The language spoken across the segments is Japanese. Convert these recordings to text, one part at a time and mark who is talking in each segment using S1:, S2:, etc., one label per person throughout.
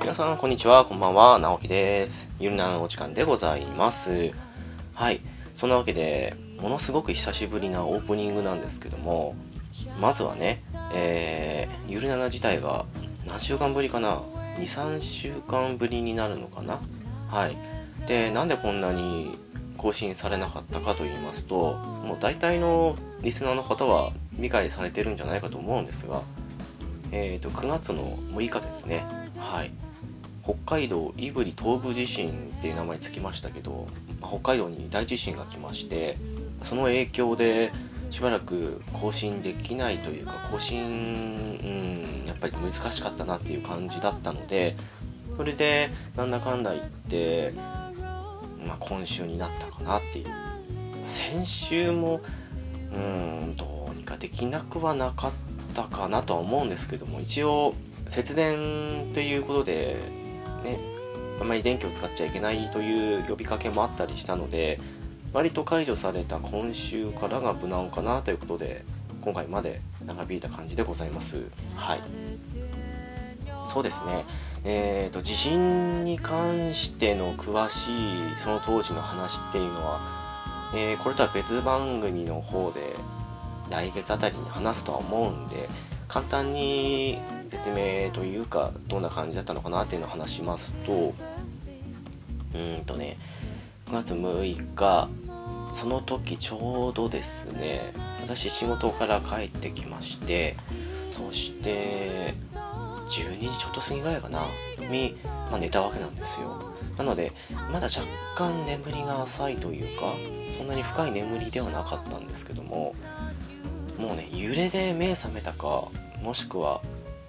S1: 皆さん、こんにちは。こんばんは。直樹です。ゆるなのお時間でございます。はい。そんなわけで、ものすごく久しぶりなオープニングなんですけども、まずはね、えー、ゆるなな自体が何週間ぶりかな ?2、3週間ぶりになるのかなはい。で、なんでこんなに更新されなかったかと言いますと、もう大体のリスナーの方は理解されてるんじゃないかと思うんですが、えーと、と9月の6日ですね、はい、北海道胆振東部地震っていう名前つきましたけど、まあ、北海道に大地震が来ましてその影響でしばらく更新できないというか更新、うん、やっぱり難しかったなっていう感じだったのでそれでなんだかんだ言って、まあ、今週になったかなっていう先週もうんどうにかできなくはなかったたかなとは思うんですけども一応節電ということでねあんまり電気を使っちゃいけないという呼びかけもあったりしたので割と解除された今週からが無難かなということで今回まで長引いた感じでございますはいそうですねえーと、と地震に関しての詳しいその当時の話っていうのは、えー、これとは別番組の方で来月あたりに話すとは思うんで簡単に説明というかどんな感じだったのかなっていうのを話しますとうんとね9月6日その時ちょうどですね私仕事から帰ってきましてそして12時ちょっと過ぎぐらいかなに、まあ、寝たわけなんですよなのでまだ若干眠りが浅いというかそんなに深い眠りではなかったんですけどももうね揺れで目覚めたかもしくは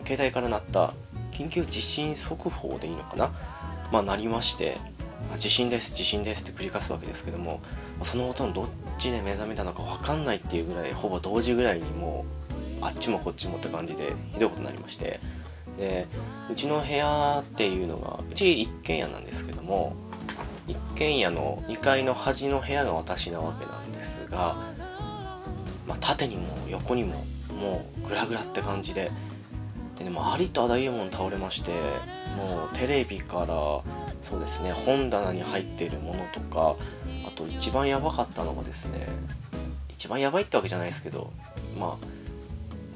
S1: 携帯から鳴った緊急地震速報でいいのかなまあ鳴りまして地震です地震ですって繰り返すわけですけどもその音のどっちで目覚めたのか分かんないっていうぐらいほぼ同時ぐらいにもうあっちもこっちもって感じでひどいことになりましてでうちの部屋っていうのがうち一軒家なんですけども一軒家の2階の端の部屋が私なわけなんですがまあ、縦にも横にももうグラグラって感じでで、ね、もありとあらゆるもの倒れましてもうテレビからそうですね本棚に入っているものとかあと一番やばかったのがですね一番やばいってわけじゃないですけどまあ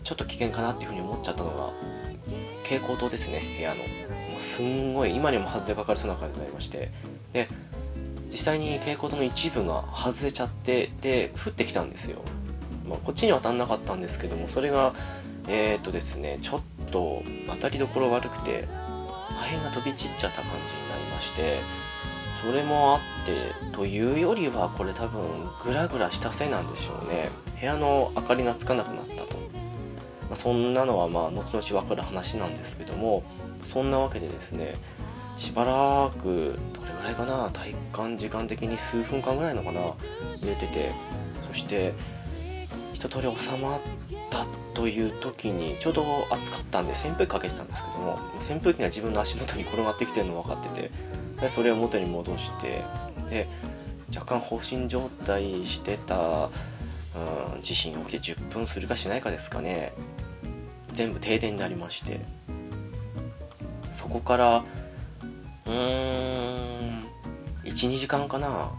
S1: ちょっと危険かなっていうふうに思っちゃったのが蛍光灯ですね部屋のもうすんごい今にも外れかかりそうな感じになりましてで実際に蛍光灯の一部が外れちゃってで降ってきたんですよまあ、こっちには当たんなかったんですけどもそれがえっ、ー、とですねちょっと当たりどころ悪くて破片が飛び散っちゃった感じになりましてそれもあってというよりはこれ多分グラグラしたせいなんでしょうね部屋の明かりがつかなくなったと、まあ、そんなのはまあ後々分かる話なんですけどもそんなわけでですねしばらくどれぐらいかな体感時間的に数分間ぐらいのかな入れててそして一通り収まったという時にちょうど暑かったんで扇風機かけてたんですけども扇風機が自分の足元に転がってきてるの分かっててでそれを元に戻してで若干放心状態してた、うん、地震起きて10分するかしないかですかね全部停電になりましてそこからうーん12時間かな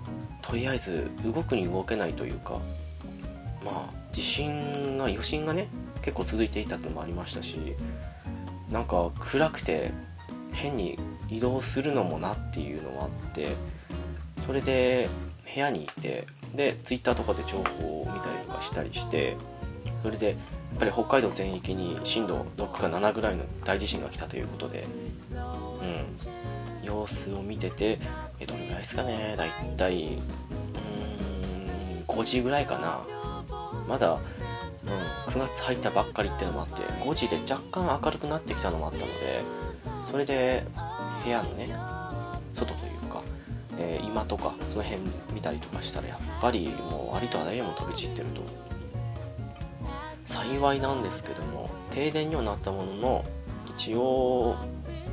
S1: とりあえず動くに動けないというかまあ地震が余震がね結構続いていたのもありましたしなんか暗くて変に移動するのもなっていうのもあってそれで部屋にいてで twitter とかで情報を見たりとかしたりしてそれでやっぱり北海道全域に震度6か7ぐらいの大地震が来たということで、うん、様子を見ててえどれぐらいですかねだいたいうーん5時ぐらいかなまだ、うん、9月入ったばっかりってのもあって5時で若干明るくなってきたのもあったのでそれで部屋のね外というか、えー、今とかその辺見たりとかしたらやっぱりもうありとあらゆるもの飛び散ってると幸いなんですけども停電にはなったものの一応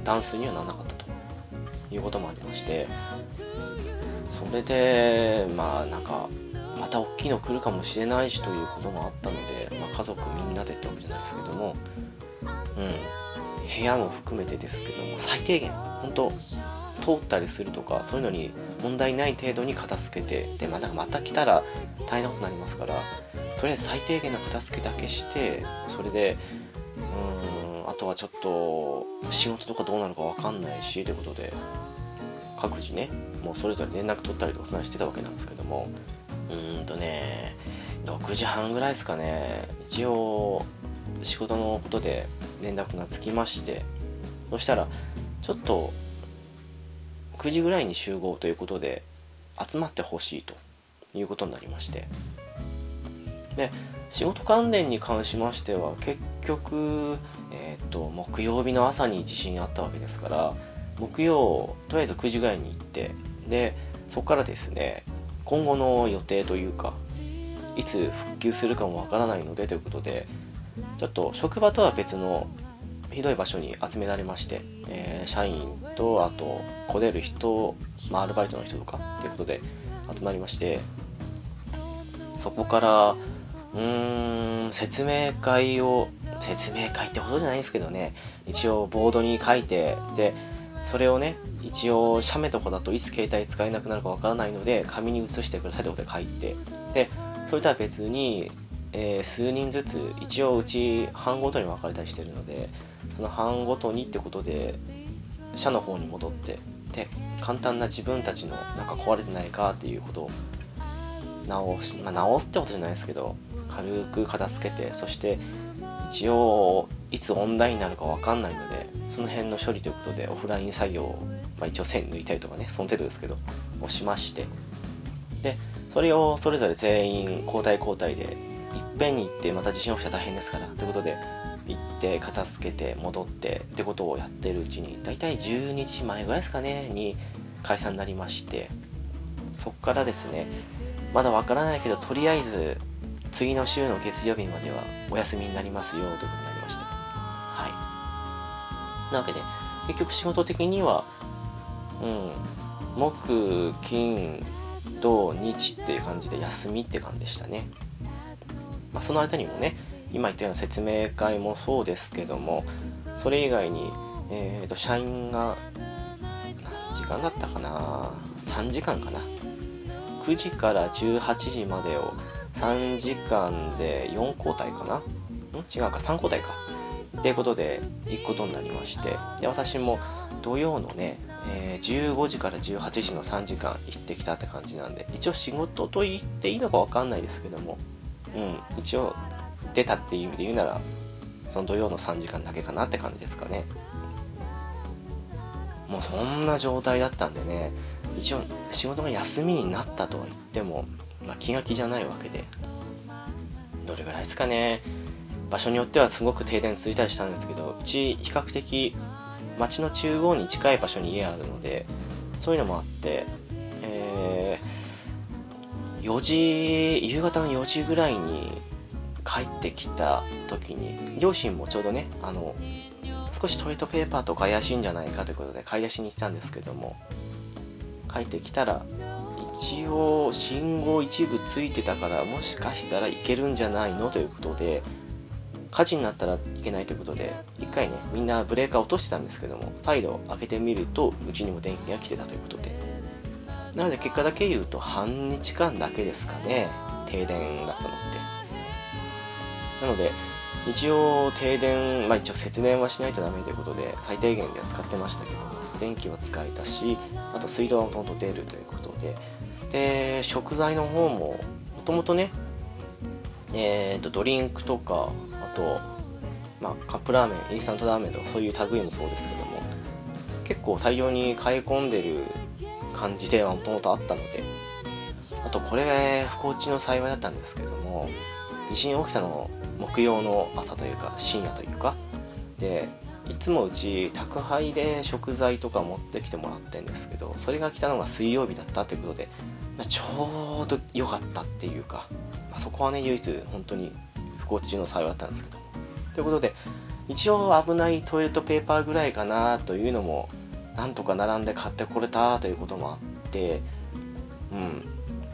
S1: 断水にはならなかったということもありましてそれでまあなんかまた大きいの来るかもしれないしということもあったので、まあ、家族みんなでってわけじゃないですけども、うん、部屋も含めてですけども最低限本当通ったりするとかそういうのに問題ない程度に片付けてで、まあ、なんかまた来たら大変なことになりますからとりあえず最低限の片付けだけしてそれでうーんあとはちょっと仕事とかどうなるか分かんないしということで各自ねもうそれぞれ連絡取ったりとかそんなのしてたわけなんですけどもうーんとね6時半ぐらいですかね一応仕事のことで連絡がつきましてそしたらちょっと9時ぐらいに集合ということで集まってほしいということになりましてで仕事関連に関しましては結局、えー、と木曜日の朝に地震あったわけですから木曜とりあえず9時ぐらいに行ってでそこからですね今後の予定というかいつ復旧するかもわからないのでということでちょっと職場とは別のひどい場所に集められまして、えー社員とあとこねる人、まあ、アルバイトの人とかということで集まりましてそこからうーん説明会を説明会ってほどじゃないんですけどね一応ボードに書いてでそれをね一応写メとかだといつ携帯使えなくなるかわからないので紙に写してくださいってことで書いてでそれとは別に、えー数人ずつ一応うち班ごとに分かれたりしてるのでその班ごとにってことで社の方に戻ってで簡単な自分たちのなんか壊れてないかっていうことを直し、まあ、直すってことじゃないですけど軽く片付けてそして一応いつオンラインになるか分かんないのでその辺の処理ということでオフライン作業を、まあ、一応線抜いたりとかねその程度ですけどをしましてでそれをそれぞれ全員交代交代でいっぺんに行ってまた地震起きたら大変ですからということで行って片付けて戻ってってことをやってるうちに大体12時前ぐらいですかねに解散になりましてそっからですねまだわからないけどとりあえず次の週の月曜日まではお休みになりますよということになりましたはいなわけで結局仕事的にはうん木金土日っていう感じで休みって感じでしたね、まあ、その間にもね今言ったような説明会もそうですけどもそれ以外に、えー、と社員が何時間だったかな3時間かな9時から18時までを3時間で4交代かなん違うか3交代かっていうことで行くことになりましてで私も土曜のね、えー15時から18時の3時間行ってきたって感じなんで一応仕事と言っていいのか分かんないですけども、うん、一応出たっていう意味で言うならその土曜の3時間だけかなって感じですかねもうそんな状態だったんでね一応仕事が休みになったとは言っても、まあ、気が気じゃないわけでどれぐらいですかね場所によってはすごく停電続いたりしたんですけどうち比較的町の中央に近い場所に家あるのでそういうのもあって、えー4時夕方の4時ぐらいに帰ってきた時に両親もちょうどねあの少しトイレットペーパーとか怪しいんじゃないかということで買い出しに行ってたんですけども帰ってきたら一応信号一部ついてたからもしかしたらいけるんじゃないのということで火事になったらいけないということで一回ねみんなブレーカー落としてたんですけども再度開けてみるとうちにも電気が来てたということでなので結果だけ言うと半日間だけですかね停電だったのってなので一応停電まあ一応節電はしないとダメということで最低限では使ってましたけど電気は使えたしあと水道はほとんど出るということでで食材の方ももともとねえー、とドリンクとかあと、まあ、カップラーメンインスタントラーメンとかそういう類もそうですけども結構大量に買い込んでる感じではもともとあったのであとこれ不幸中の幸いだったんですけども地震起きたの木曜の朝というか深夜というかでいつもうち宅配で食材とか持ってきてもらってるんですけどそれが来たのが水曜日だったということで、まあ、ちょうど良かったっていうか、まあ、そこはね唯一本当に不幸中の幸いだったんですけどということで一応危ないトイレットペーパーぐらいかなというのもなんとか並んで買ってこれたということもあってうん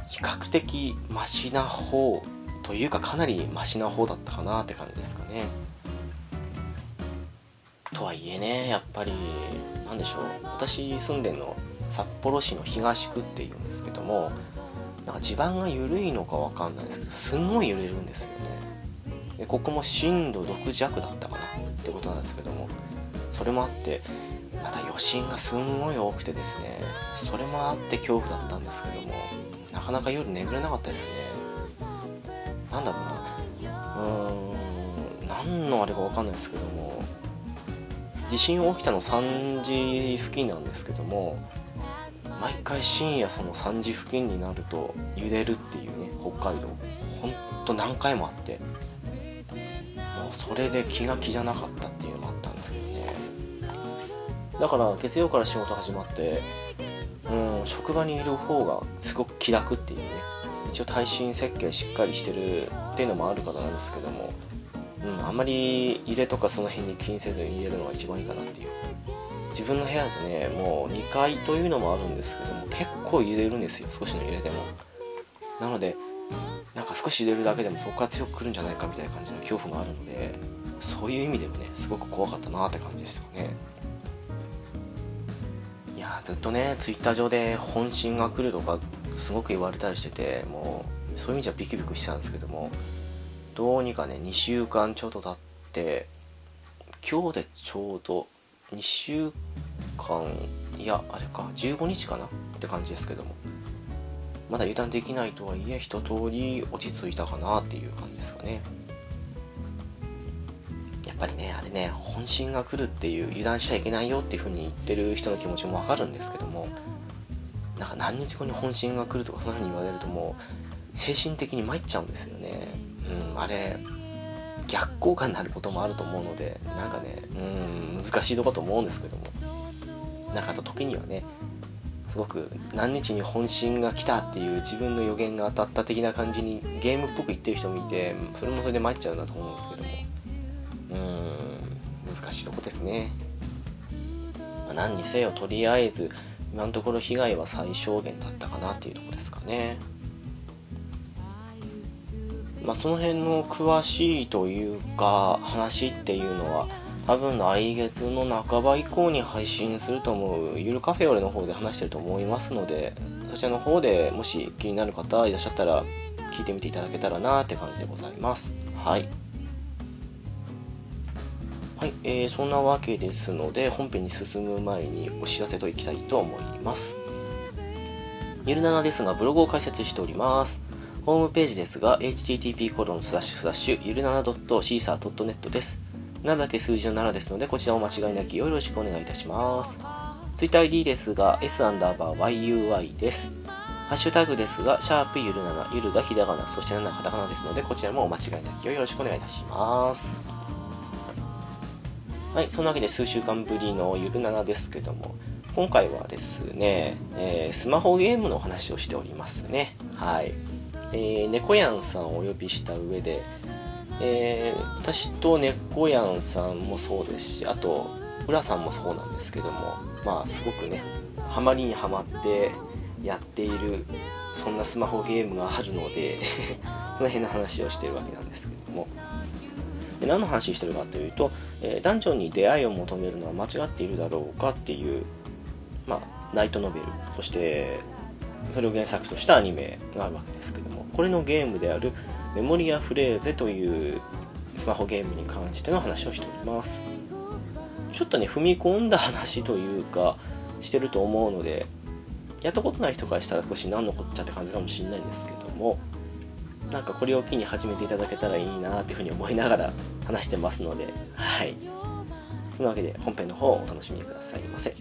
S1: 比較的マシな方というかかなりマシな方だったかなって感じですかねとはいえねやっぱりなんでしょう私住んでんの札幌市の東区っていうんですけどもなんか地盤が緩いのかわかんないですけどすんごい揺れるんですよねでここも震度6弱だったかなってことなんですけどもそれもあってまた余震がすんごい多くてですねそれもあって恐怖だったんですけどもなかなか夜眠れなかったですねなんだろうなうーん何のあれかわかんないですけども地震起きたの3時付近なんですけども毎回深夜その3時付近になると揺れるっていうね北海道ほんと何回もあってもうそれで気が気じゃなかったっていうのもあったんですけどねだから月曜から仕事始まってうん職場にいる方がすごく気楽っていうね一応耐震設計しっかりしてるっていうのもあるからなんですけどもうん、あんまり入れとかその辺に気にせずに入れるのが一番いいかなっていう自分の部屋だとねもう2階というのもあるんですけども結構入れるんですよ少しの揺れでもなのでなんか少し入れるだけでもそこから強くくるんじゃないかみたいな感じの恐怖があるのでそういう意味でもねすごく怖かったなって感じでしたねいやーずっとねツイッター上で本心が来るとかすごく言われたりしててもうそういう意味じゃビクビクしてたんですけどもどうにかね2週間ちょっと経って今日でちょうど2週間いやあれか15日かなって感じですけどもまだ油断できないとはいえ一通り落ち着いたかなっていう感じですかねやっぱりねあれね本心が来るっていう油断しちゃいけないよっていうふうに言ってる人の気持ちもわかるんですけどもなんか何日後に本心が来るとかそんなふうに言われるともう精神的に参っちゃうんですよねうん、あれ逆効果になることもあると思うのでなんかねうん難しいとこと思うんですけどもなんかあと時にはねすごく何日に本心が来たっていう自分の予言が当たった的な感じにゲームっぽく言ってる人もいてそれもそれで参っちゃうなと思うんですけどもうん難しいとこですね、まあ何にせよとりあえず今のところ被害は最小限だったかなっていうとこですかねまあ、その辺の詳しいというか話っていうのは多分来月の半ば以降に配信すると思うゆるカフェオレの方で話してると思いますのでそちらの方でもし気になる方いらっしゃったら聞いてみていただけたらなって感じでございますはいはい、えー、そんなわけですので本編に進む前にお知らせといきたいと思いますゆるななですがブログを開設しておりますホームページですが、http コロンスラッシュスラッシュゆる 7.caesar.net です。7だけ数字の7ですので、こちらもお間違いなきようよろしくお願いいたします。TwitterID ですが、s アンダーバー yui です。ハッシュタグですが、シャープゆる7、ゆるがひらがな、そして7カタカナですので、こちらもお間違いなきをよろしくお願いいたします。はい、そんなわけで数週間ぶりのゆる7ですけども、今回はですね、えースマホゲームのお話をしておりますね。はい。えー、猫やんさんをお呼びした上で、えー私と猫やんさんもそうですしあと浦さんもそうなんですけどもまあすごくねハマりにはまってやっているそんなスマホゲームがあるので その辺の話をしてるわけなんですけどもで何の話してるかというと、えー男女に出会いを求めるのは間違っているだろうかっていう、まあ、ライトノベルそしてそれを原作としたアニメがあるわけですけどもこれのゲームである「メモリア・フレーゼ」というスマホゲームに関しての話をしておりますちょっとね踏み込んだ話というかしてると思うのでやったことない人からしたら少し何のこっちゃって感じかもしれないんですけどもなんかこれを機に始めていただけたらいいなっていうふうに思いながら話してますのではいそんなわけで本編の方をお楽しみくださいませ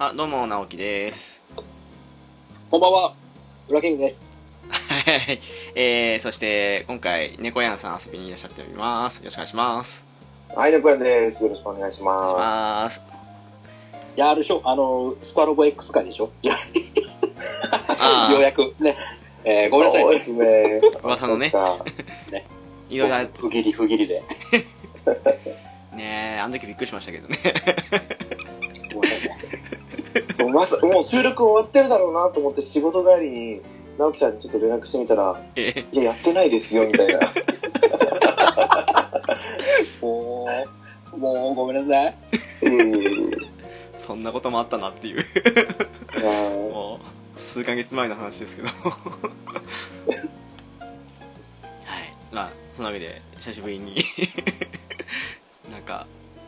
S1: あどうも直樹です
S2: こんばんは、裏キングです。
S1: はい、 えー、そして今回猫やんさん遊びにいらっしゃっておりますよろしくお願いします
S3: はい、猫やんです。よろしくお願いし
S1: お願いし
S3: ま
S1: ます
S2: いや、あれでしょ、あの、スパロボ X 会でしょいや
S1: あ
S2: ようやく。ね。えー、
S3: す。
S2: ごめんなさい
S3: そう
S2: ね
S3: で。すね。
S1: 噂のね
S3: あ
S1: ーいろいろあって
S2: 不義理不義理で。
S1: ねえあの時びっくりしましたけどね
S2: ごめんなさいね
S3: もうまさもう収録終わってるだろうなと思って仕事帰りに、直樹さんにちょっと連絡してみたら、
S1: えー
S3: いや、やってないですよ、みたい な。
S2: もう、もうごめんなさい。
S3: いえいえい
S1: そんなこともあったなっていう
S3: えは
S1: もう数ヶ月前の話ですけどはいまあそんなわけで久しぶりに なんか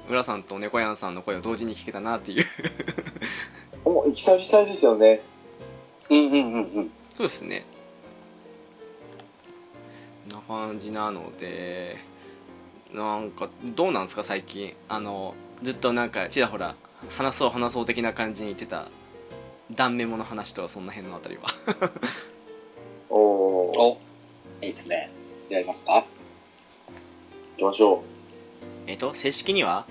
S1: 浦さんと猫やんさんの声を同時に聞けたなっていう
S3: いもう、久々ですよね。
S2: うんうんうんうん。
S1: そうですねこんな感じなのでなんかどうなんですか最近あのずっとなんかちらほら話そう話そう的な感じに言ってた断面もの話とはそんな辺のあたりは
S3: おー、行
S2: お、いいですね。やりますか
S3: きましょ
S1: えっと正式には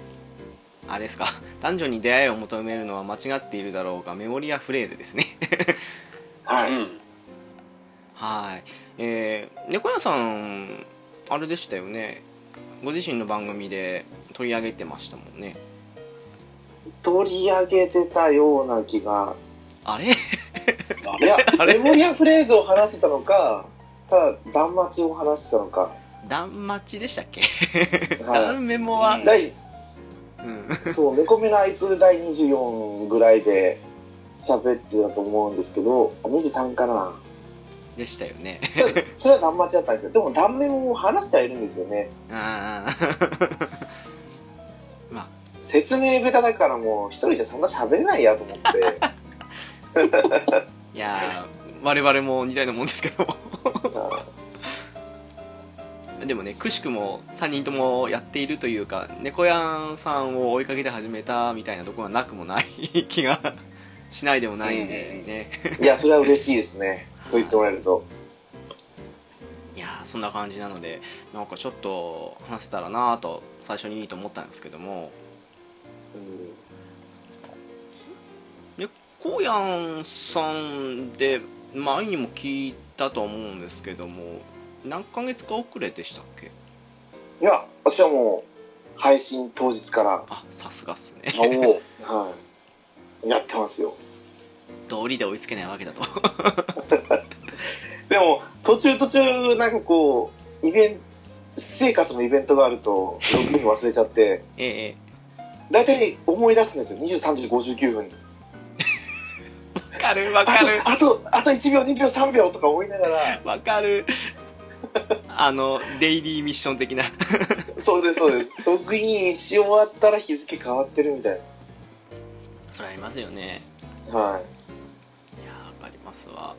S1: あれですか 男女に出会いを求めるのは間違っているだろうがメモリアフレーズですね
S3: う。はい。
S2: うん。
S1: はいえー、猫屋さんあれでしたよねご自身の番組で取り上げてましたもんね
S3: 取り上げてたような 気が。
S1: あれ
S2: あ
S3: い
S2: れ
S3: や、
S1: あれ
S3: メモリアフレーズを話してたのか、ただ、断末を話してたのか。
S1: 断末でしたっけ
S3: は
S1: 断メモは、
S2: う
S3: い。
S2: ん
S3: 第
S1: うん、
S3: そう、猫目のあいつ第24ぐらいで喋ってたと思うんですけど、あ23かな。
S1: でしたよね
S3: それは断末だったんですよ。でも断面を話してはいるんですよね。
S1: あーまあ
S3: 説明下手だからもう一人じゃそんな喋れないやと思って。
S1: いやー我々も似たようなもんですけどもでもねくしくも3人ともやっているというか猫やんさんを追いかけて始めたみたいなところはなくもない気がしないでもないんでね、
S3: いや、それは嬉しいですね。そう言ってもらえると。
S1: いやーそんな感じなのでなんかちょっと話せたらなーと最初にいいと思ったんですけども
S3: うん
S1: こうやんさんで前にも聞いたと思うんですけども何ヶ月か遅れでしたっけ
S3: いや、私はもう配信当日 から、
S1: あさすがっす ね
S2: おー
S3: はい、やってますよ。
S1: 道理で追いつけないわけだと
S3: でも、途中途中、なんかこう、イベント、私生活のイベントがあると、ログイン忘れちゃって、
S1: ええ
S3: 大体思い出すんですよ。23時59分に。
S1: わかるわ
S3: あ
S1: かる
S3: と、あと、あと1秒、2秒、3秒とか思いながら、
S1: わかるあのデイリーミッション的な
S3: そうです、そうです。ログインし終わったら日付変わってるみたい
S1: それありますよね
S3: な。はい。
S1: やーわかりますわ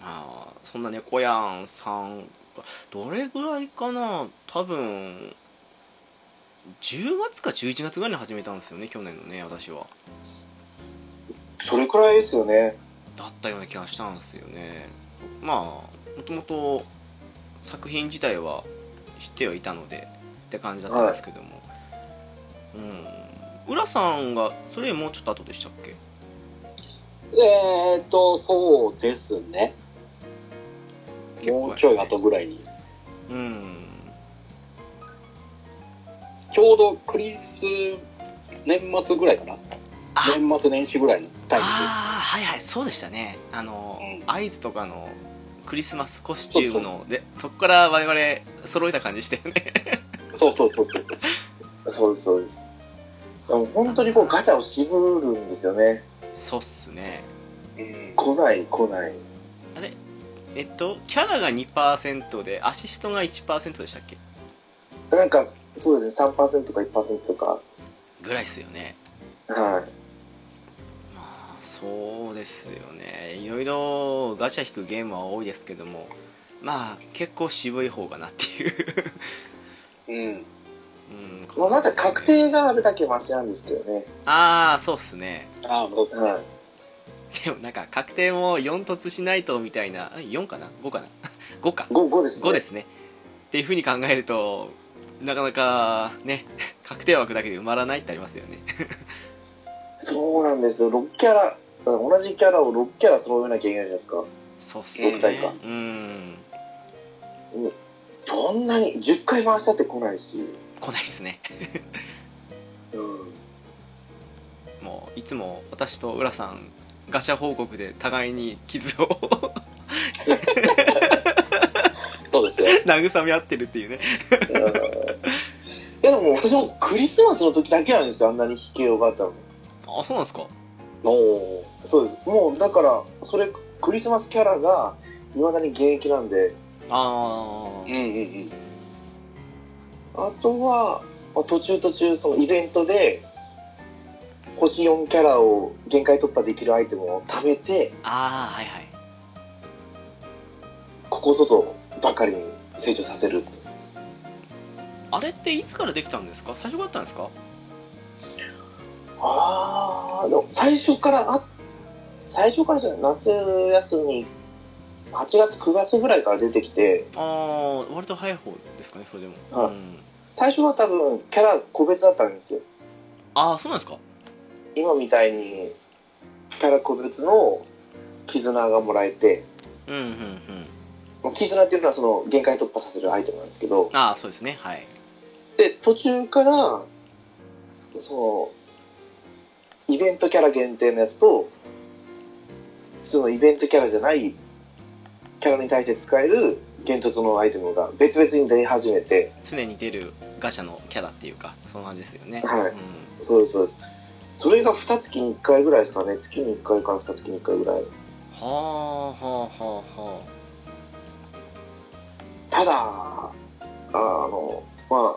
S1: まあそんな猫やんさんがどれぐらいかな多分10月か11月ぐらいに始めたんですよね去年のね私はい
S3: それくらいですよね。
S1: だったような気がしたんですよねまあもともと作品自体は知ってはいたのでって感じだったんですけども、うん浦さんがそれよりもうちょっと後でしたっけ
S2: えーっと、そうですね。
S1: 結構
S2: もうちょい後ぐらいに。
S1: うん
S2: ちょうどクリス、年末ぐらいかな
S1: あ
S2: 年末年始ぐらいのタイミング。
S1: ああはいはいそうでしたねあの、
S2: うん
S1: 合図とかのクリスマスコスチュームのでそこから我々揃えた感じしてね
S2: そうそうそうそうそう。
S3: そうです、そうです。でも本当にこうガチャを渋るんですよね。
S1: そうっすね
S3: 来ない、来ない。
S1: あれえっとキャラが2%でアシストが1%でしたっけ
S3: なんか、そうですね、3%とか1%とか。
S1: ぐらいっすよね
S3: はい。
S1: まあそうですよねいろいろガチャ引くゲームは多いですけどもまあ結構渋い方かなっていう
S2: う
S1: う
S2: ん。
S1: ん
S3: まあ、まだ確定があるだけマシなんですけどね。
S1: ああそうっすね
S2: ああ、そう
S3: はい。
S1: でもなんか確定も4突しないとみたいなあ4かな5かな 5か
S3: 5, 5ですね
S1: 5ですねっていうふうに考えるとなかなかね確定枠だけで埋まらないってありますよね
S3: そうなんですよ6キャラ同じキャラを6キャラ揃えなきゃいけないじゃないですか
S1: そうっす
S3: 六体か
S1: ねうん
S3: どんなに10回回したって来ないし、
S1: 来ないっすね
S3: うん、
S1: もういつも私と浦さんガシャ報告で互いに傷を
S2: そうですよ。
S1: 慰め合ってるっていうね
S3: いやでも私もクリスマスの時だけなんですよあんなに引けようがあったの
S1: あそうなんですか
S2: おお
S3: そうですもうだからそれクリスマスキャラがいまだに現役なんで
S1: あ
S2: ー。
S1: あ
S2: うんうん
S3: あとはまあ途中途中そのイベントで星4キャラを限界突破できるアイテムを貯めて
S1: ああはいはい
S3: ここ外ばかりに成長させる
S1: あれっていつからできたんですか最初からあったんですか
S3: ああ最初からあ最初からじゃない夏休み8月9月ぐらいから出てきて
S1: ああ割と早い方ですかねそれでも、
S3: はい
S1: うん
S3: 最初は多分キャラ個別だったんですよ
S1: ああそうなんですか
S3: 今みたいにキャラ個別の絆がもらえて
S1: うんうんうん
S3: まあ絆っていうのはその限界突破させるアイテムなんですけど
S1: ああそうですねはい
S3: で途中からそのイベントキャラ限定のやつとそのイベントキャラじゃないキャラに対して使える幻突のアイテムが別々に出始めて
S1: 常に出るガシャのキャラっていうかその感じですよね
S3: はい
S1: うん
S3: そうですそうですそれが2月に1回ぐらいですかね月に1回から2月に1回ぐらい
S1: はあはあはあはあ
S3: ただあのまあ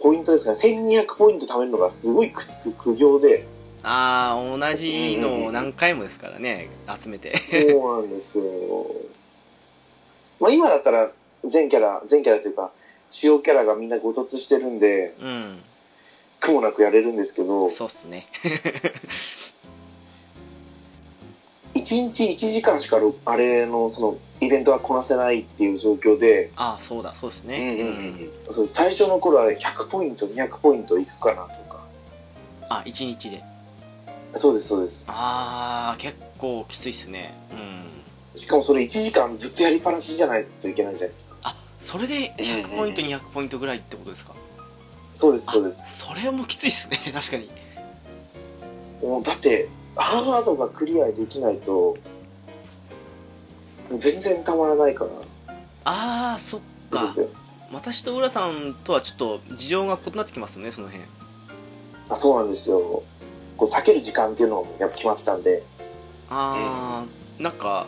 S3: ポイントですね1200ポイント貯めるのがすごい苦つく苦行で
S1: ああ同じのを何回もですからね集めて
S3: そうなんですよまあ今だったら全キャラ全キャラというか主要キャラがみんなご突してるんで
S1: うん
S3: 苦もなくやれるんですけど1
S1: そうっすね
S3: 日1時間しかろあれのそのイベントはこなせないっていう状況で
S1: ああそうだそうですねうん
S3: そう最初の頃は100ポイント200ポイントいくかなとか
S1: あ一日で
S3: そうですそうです
S1: ああ結構きついっすねうん
S3: しかもそれ1時間ずっとやりっぱなしじゃないといけないじゃないですか。
S1: あそれで100ポイント200ポイントぐらいってことですか
S3: そうです、
S1: あ
S3: そうで
S1: それもきついっすね 確かに
S3: す。もうだって、ハードがクリアできないと、全然たまらないから。
S1: ああそっか私と浦さんとはちょっと事情が異なってきますねその辺
S3: あそうなんですよ。こう避ける時間っていうのもやっぱ決まってたんで。
S1: あーなんか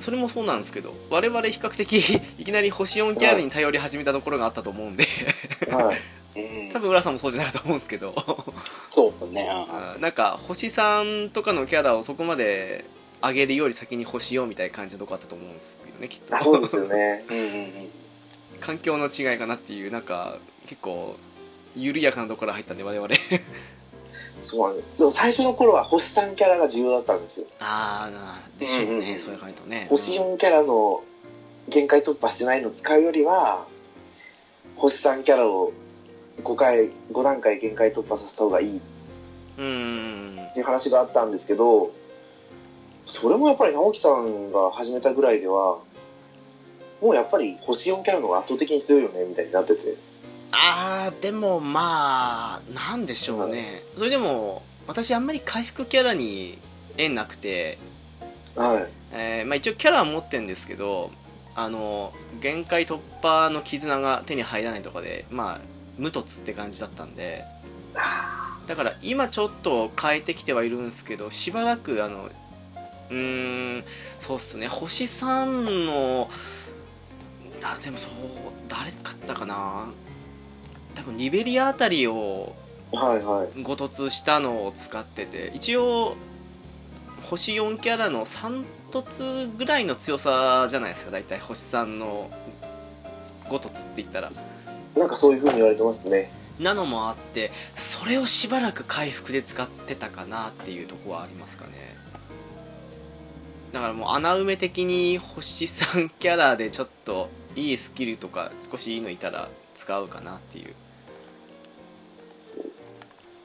S1: それもそうなんですけど我々比較的 いきなり星4キャラに頼り始めたところがあったと思うんで
S3: はい。
S2: うん。
S1: 多分浦さんもそうじゃないかと思うんですけど
S2: そうですね。あ
S1: あーなんか星3とかのキャラをそこまで上げるより先に星4みたいな感じのとこあったと思うんですけどねきっと
S3: あそうですよね。
S2: ーうんうん
S1: 環境の違いかなっていうなんか結構緩やかなところから入ったんで我々
S3: そうなんです。でも最初の頃は星3キャラが重要だったんですよ。
S1: ああでし
S2: し
S1: ょ
S2: ょ
S1: う
S2: う
S1: ね、
S2: ね
S1: そ
S2: そう
S1: い
S2: ういうう
S1: 感じとね
S3: 星4キャラの限界突破してないの使うよりは、星3キャラを5回、5段階限界突破させた方がいい
S1: うんうん
S3: っていう話があったんですけど、それもやっぱり直樹さんが始めたぐらいでは、もうやっぱり星4キャラの方が圧倒的に強いよねみたいになってて、
S1: ああでもまあなんでしょうね、それでも私あんまり回復キャラに縁なくて、
S3: はい、
S1: えーまあ、一応キャラは持ってるんですけどあの限界突破の絆が手に入らないとかでまあ無凸って感じだったんでだから今ちょっと変えてきてはいるんですけどしばらくあのうーんそうっすね星3のあでもそう誰使ったかな多分リベリアあたりを
S3: はいはい
S1: ご突したのを使ってて一応星4キャラの3突ぐらいの強さじゃないですか大体星3の5突って言ったら
S3: なんかそういう風に言われてますね。
S1: なのもあってそれをしばらく回復で使ってたかなっていうとこはありますかねだからもう穴埋め的に星3キャラでちょっといいスキルとか少しいいのいたら使うかなっていう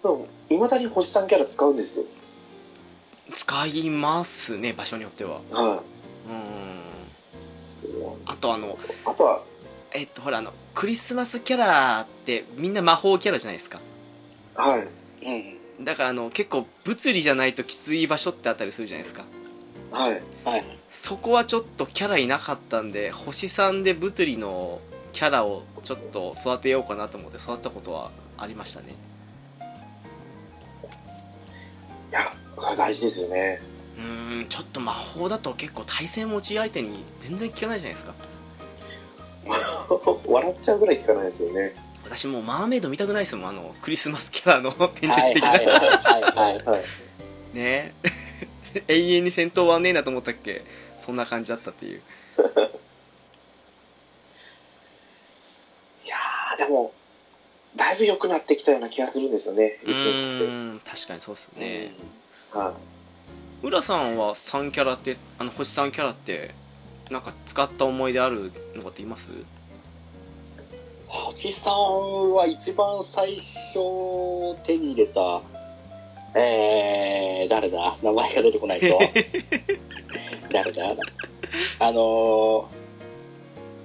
S3: でも、いまだに星3キャラ使うんですよ。
S1: 使いますね場所によっては
S3: は
S1: うん
S3: い。
S1: あとあの
S3: あとは、
S1: えっとほらあのクリスマスキャラってみんな魔法キャラじゃないですか
S3: はい。
S2: うん。
S1: だからあの結構物理じゃないときつい場所ってあったりするじゃないですか
S3: はい。
S2: はい。
S1: そこはちょっとキャラいなかったんで星3で物理のキャラをちょっと育てようかなと思って育てたことはありましたね
S3: いや、それ大事ですよね。
S1: うーんちょっと魔法だと結構対戦持ち相手に全然効かないじゃないですか
S3: 笑っちゃうぐらい効かないですよね。
S1: 私もうマーメイド見たくないですもんあのクリスマスキャラの 天
S2: は
S1: 敵
S2: い
S1: 的
S2: は
S1: ない
S2: はいはい。
S3: はい。
S1: ね 永遠に戦闘はねえなと思ったっけそんな感じだったっていう
S3: いやー、でも、だいぶ良くなってきたような気がするんですよね。
S1: う
S3: 一年経って
S1: ーん確かにそうっすね
S3: は
S1: 浦さんは3キャラってあの星3キャラってなんか使った思い出あるのかって言います
S2: 星さんは一番最初手に入れた、えー、誰だ名前が出てこな いと。誰だあのー、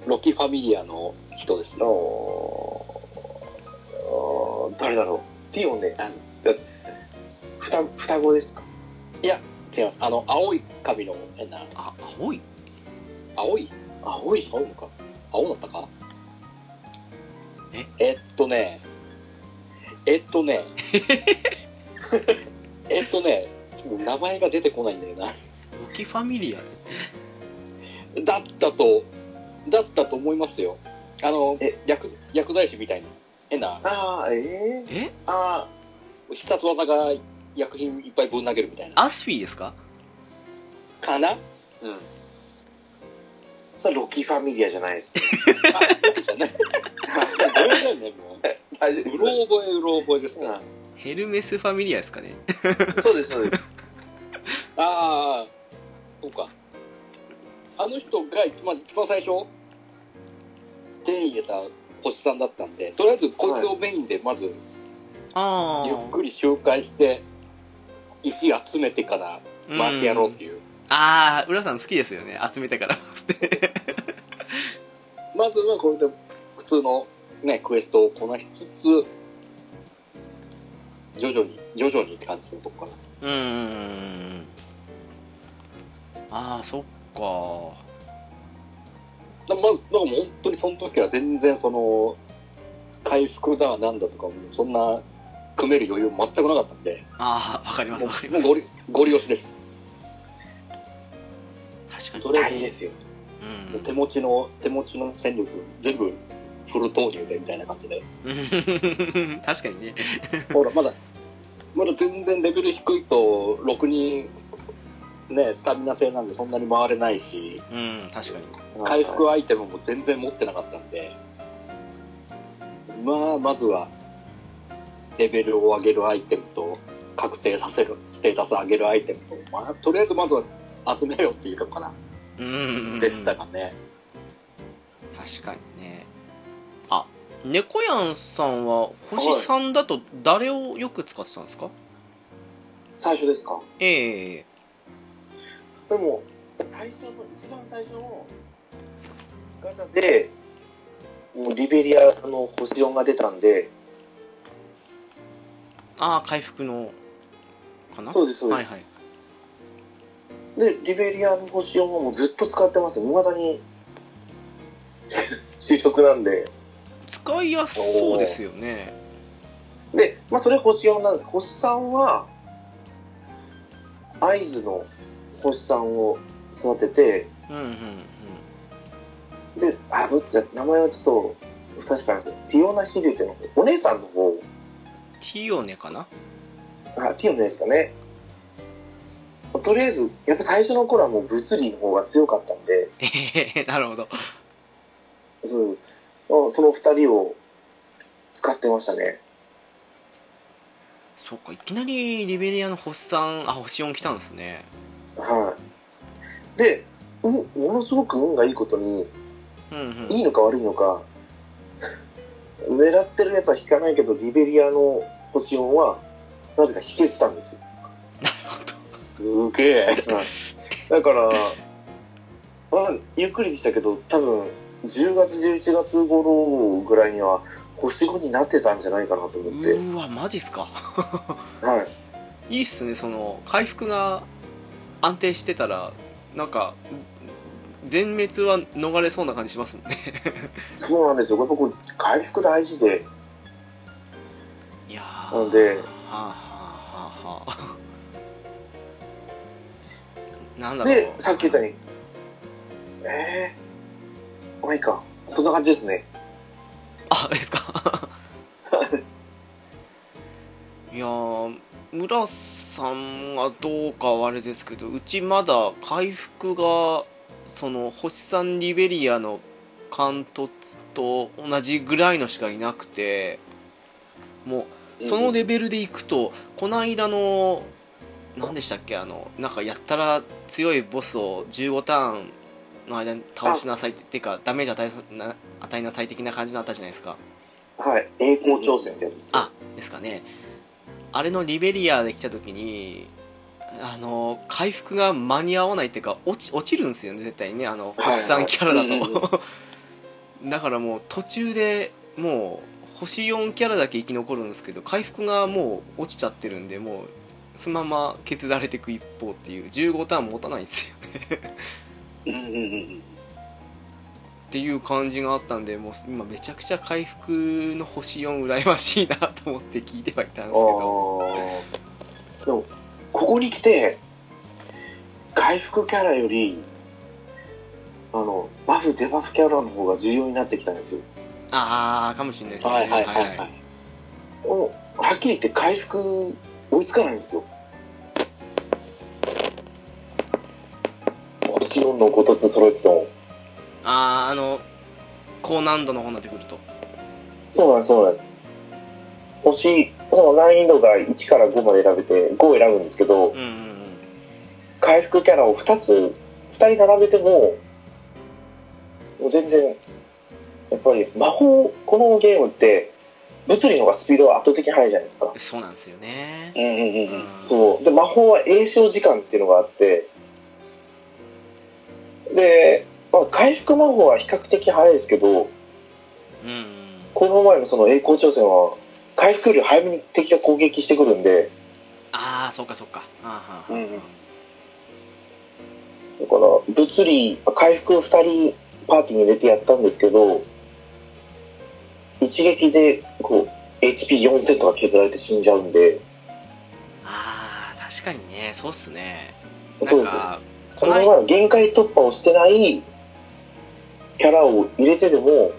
S2: ロキファミリアの人です
S3: い。
S2: ね。
S3: おーおー誰だろう。ティオンね
S2: あの。
S3: 双双子ですか
S2: 違います。あの、青い髪の変な、
S1: あ青い
S2: 青い
S3: 青い
S2: 青いのか青だったか
S1: え
S2: えっとね、えっと ね、えっとね、ちょっと名前が出てこないんだよな。
S1: ロキファミリアで
S2: だったと、だったと思いますよ。あの
S3: え、
S2: 薬、薬剤師みたいな、変な、
S3: ああ、えー、
S1: え
S3: あ
S2: 必殺技が薬品いっぱいぶん投げるみたいな。
S1: アスフィーですか
S2: かなうん。
S3: ー、それロキファミリアじゃないです。
S2: あ、ロキじゃ ない。ごめんなさいね、もう。
S3: 大丈
S2: うろ覚え、うろ覚えですから。
S1: ヘルメスファミリアですかね
S3: そうです、そうです。
S2: ああ、そうか。あの人が一番一番最初、手に入れた星さんだったんで、とりあえずこいつをメインでまず
S1: あ
S2: ゆっくり周回して、石集めてから回してやろうっていう。
S1: ああ浦さん好きですよね集めてからって
S2: まずはこれで普通のね、クエストをこなしつつ、徐々に、徐々にって感じですね、そこか。
S1: うー んああそっから
S2: だまず、だからもう本当にその時は全然その、回復だなんだとかも、そんな、組める余裕全くなかったんで、
S1: ああわかります
S2: も
S1: わかり
S2: う
S1: ま
S2: もう
S1: す
S2: ゴリ、ゴリ押しです。
S1: 確かに
S2: とりあ
S3: 大
S2: え
S3: 事
S2: ず、
S3: ですよ。
S1: う
S2: もうん手持ちの、手持ちの戦力、全部、フル投入でみたいな感じで。
S1: うん 確かにね
S2: ほら、まだ、まだ全然レベル低いと、6人、ね、スタミナ制なんでそんなに回れないし、
S1: うん確かに
S2: 回復アイテムも全然持ってなかったんで、まあ、まずは、レベルを上げるアイテムと、覚醒させる、ステータス上げるアイテムと、まあ、とりあえずまずは集めようっていうのかな、
S1: うんうんうん
S2: でしたかね。
S1: 確かにねあ猫やんさんは星3だと誰をよく使ってたんですか、
S3: 最初ですか
S1: ええ
S3: でも、最初の、一番最初のガチャで、もうリベリアの星4が出たんで、
S1: ああ回復のかな
S3: そうです、そう
S1: はい
S3: で
S1: はい
S3: す。で、リベリアの星4はもうずっと使ってます。未だに 主力なんで。
S1: 使いやすそうですよね
S3: で、まあ、それ星4なんです。星3は、合図の星3を育てて、
S1: うんうんうん
S3: で、あ、どっちだ名前はちょっと不確かなんですよ。ティオナヒルっていうの、お姉さんの方、
S1: ティオネかな
S3: あ、ティオナですかね。とりあえず、やっぱ最初の頃はもう物理の方が強かったんで、
S1: ええなるほど
S3: そうその二人を使ってましたね。
S1: そうかいきなりリベリアの星3あ星4来たんですね
S3: はい、で、うものすごく運がいいことに、
S1: うんうん
S3: いいのか悪いのか、狙ってるやつは引かないけど、リベリアの星4は、なぜか引けてたんですよ。
S2: すげえ。
S3: だから、まあ、ゆっくりでしたけど、多分、10月、11月頃ぐらいには、星5になってたんじゃないかなと思って、
S1: うーわマジっすか
S3: はい。
S1: いいっすねその回復が安定してたらなんか全滅は逃れそうな感じしますもんね
S3: そうなんですよ。やっぱこう、回復大事で、
S1: いや
S3: なの
S1: はあ
S3: で
S1: はあはあはあなんだろう
S3: で、さっき言ったように、えー、まあいいか。そんな感じですね。
S1: あですかいやー村さんはどうかはあれですけどうちまだ回復がその星さんリベリアの関東と同じぐらいのしかいなくてもうそのレベルでいくと、この間の何でしたっけあのなんかやったら強いボスを15ターンの間に倒しなさいっていうかダメージ与えさな与えなさい的な感じになったじゃないですか
S3: はい。栄光挑戦ってやつ。
S1: あですかねあれのリベリアで来た時にあの回復が間に合わないっていうか落ち落ちるんですよね絶対にねあの
S3: い
S1: 星さんキャラだと、
S2: うんう ん
S1: だからもう途中でもう星4キャラだけ生き残るんですけど回復がもう落ちちゃってるんでもうそのまま削られていく一方っていう15ターン持たないんですよ
S2: うんうんうん。
S1: っていう感じがあったんでもう今めちゃくちゃ回復の星4羨ましいなと思って聞いてはいたんですけど
S3: あーでも、ここに来て、回復キャラより、あの、バフ、デバフキャラの方が重要になってきたんですよ。
S1: ああかもしれないですね
S2: はいはいはいはい。
S3: もうはっきり言って回復追いつかないんですよ。星4のごとつ揃えてても。
S1: あああの高難度の方になってくると
S3: そうなんです、そうなんです。星、その難易度が1から5まで選べて、5を選ぶんですけど
S1: う、んうんうん
S3: 回復キャラを2つ、2人並べても、もう全然、やっぱり魔法、このゲームって、物理の方がスピードは圧倒的に速いじゃないですか。
S1: そうなんですよね
S2: うんうんうん。
S3: そう。で、魔法は栄翔時間っていうのがあって、で、まあ、回復魔法は比較的早いですけど、
S1: うんうん
S3: この前のその栄光挑戦は、回復より早めに敵が攻撃してくるんで、
S1: ああそうかそうかあーはーはーはー
S3: だから、物理、回復2人パーティーに入れてやったんですけど、一撃で、こう、HP4 セットが削られて死んじゃうんで、
S1: ああ確かにねそうっすねな
S3: そうんですよ。
S1: か
S3: こ
S1: こ
S3: の
S1: ない
S3: 前は限界突破をしてないキャラを入れてでも、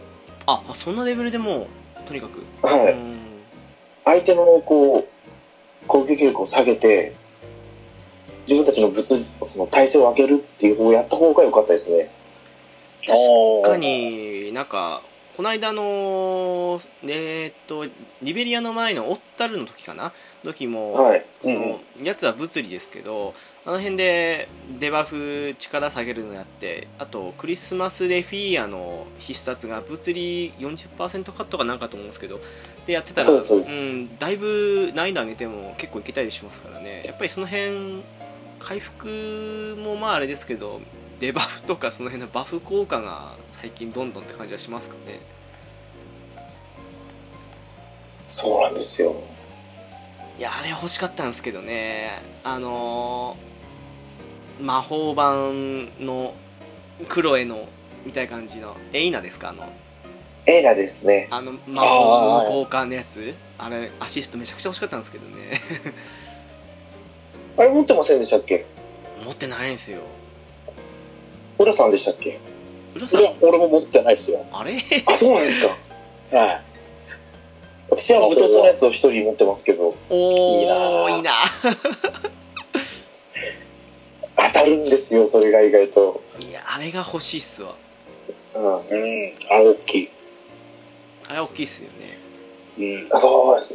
S1: ああそんなレベルでもうとにかく
S3: はい。
S1: うん
S3: 相手のこう攻撃力を下げて自分たちの物その体勢を上げるっていう方をやった方が良かったですね
S1: 確かになんかこの間のえーっとリベリアの前のオッタルの時かな時も、
S3: はい
S1: そのやつは物理ですけどあの辺でデバフ力下げるのやってあとクリスマスレフィーアの必殺が物理40%カットかなんかと思うんですけどでやってたら
S3: そうそう
S1: うん、だいぶ難易度上げても結構いけたりしますからねやっぱりその辺回復もまああれですけどデバフとかその辺のバフ効果が最近どんどんって感じはしますかね
S3: そうなんですよ
S1: いやあれ欲しかったんですけどねあのー魔法版のクロエのみたいな感じのエイナですかあの
S3: エイナですね
S1: あの魔法の交換のやつあれアシストめちゃくちゃ欲しかったんですけどね
S3: あれ持ってませんでしたっけ
S1: 持ってないんですよ
S3: 浦さんでしたっけ
S1: 浦さ
S2: そ
S1: ん
S2: れは俺も持ってないですよ。
S1: あれ
S3: あそうなんですか
S2: はい。
S3: 私は無つのやつを一人持ってますけど
S1: おおい
S2: い
S1: い
S2: い
S1: な
S3: 当たるんですよそれが意外と、
S1: いやあれが欲しいっすわ
S3: うん、
S2: うん。あれ大き
S1: あれ大きいっすよね
S2: い。うん。
S3: あそうです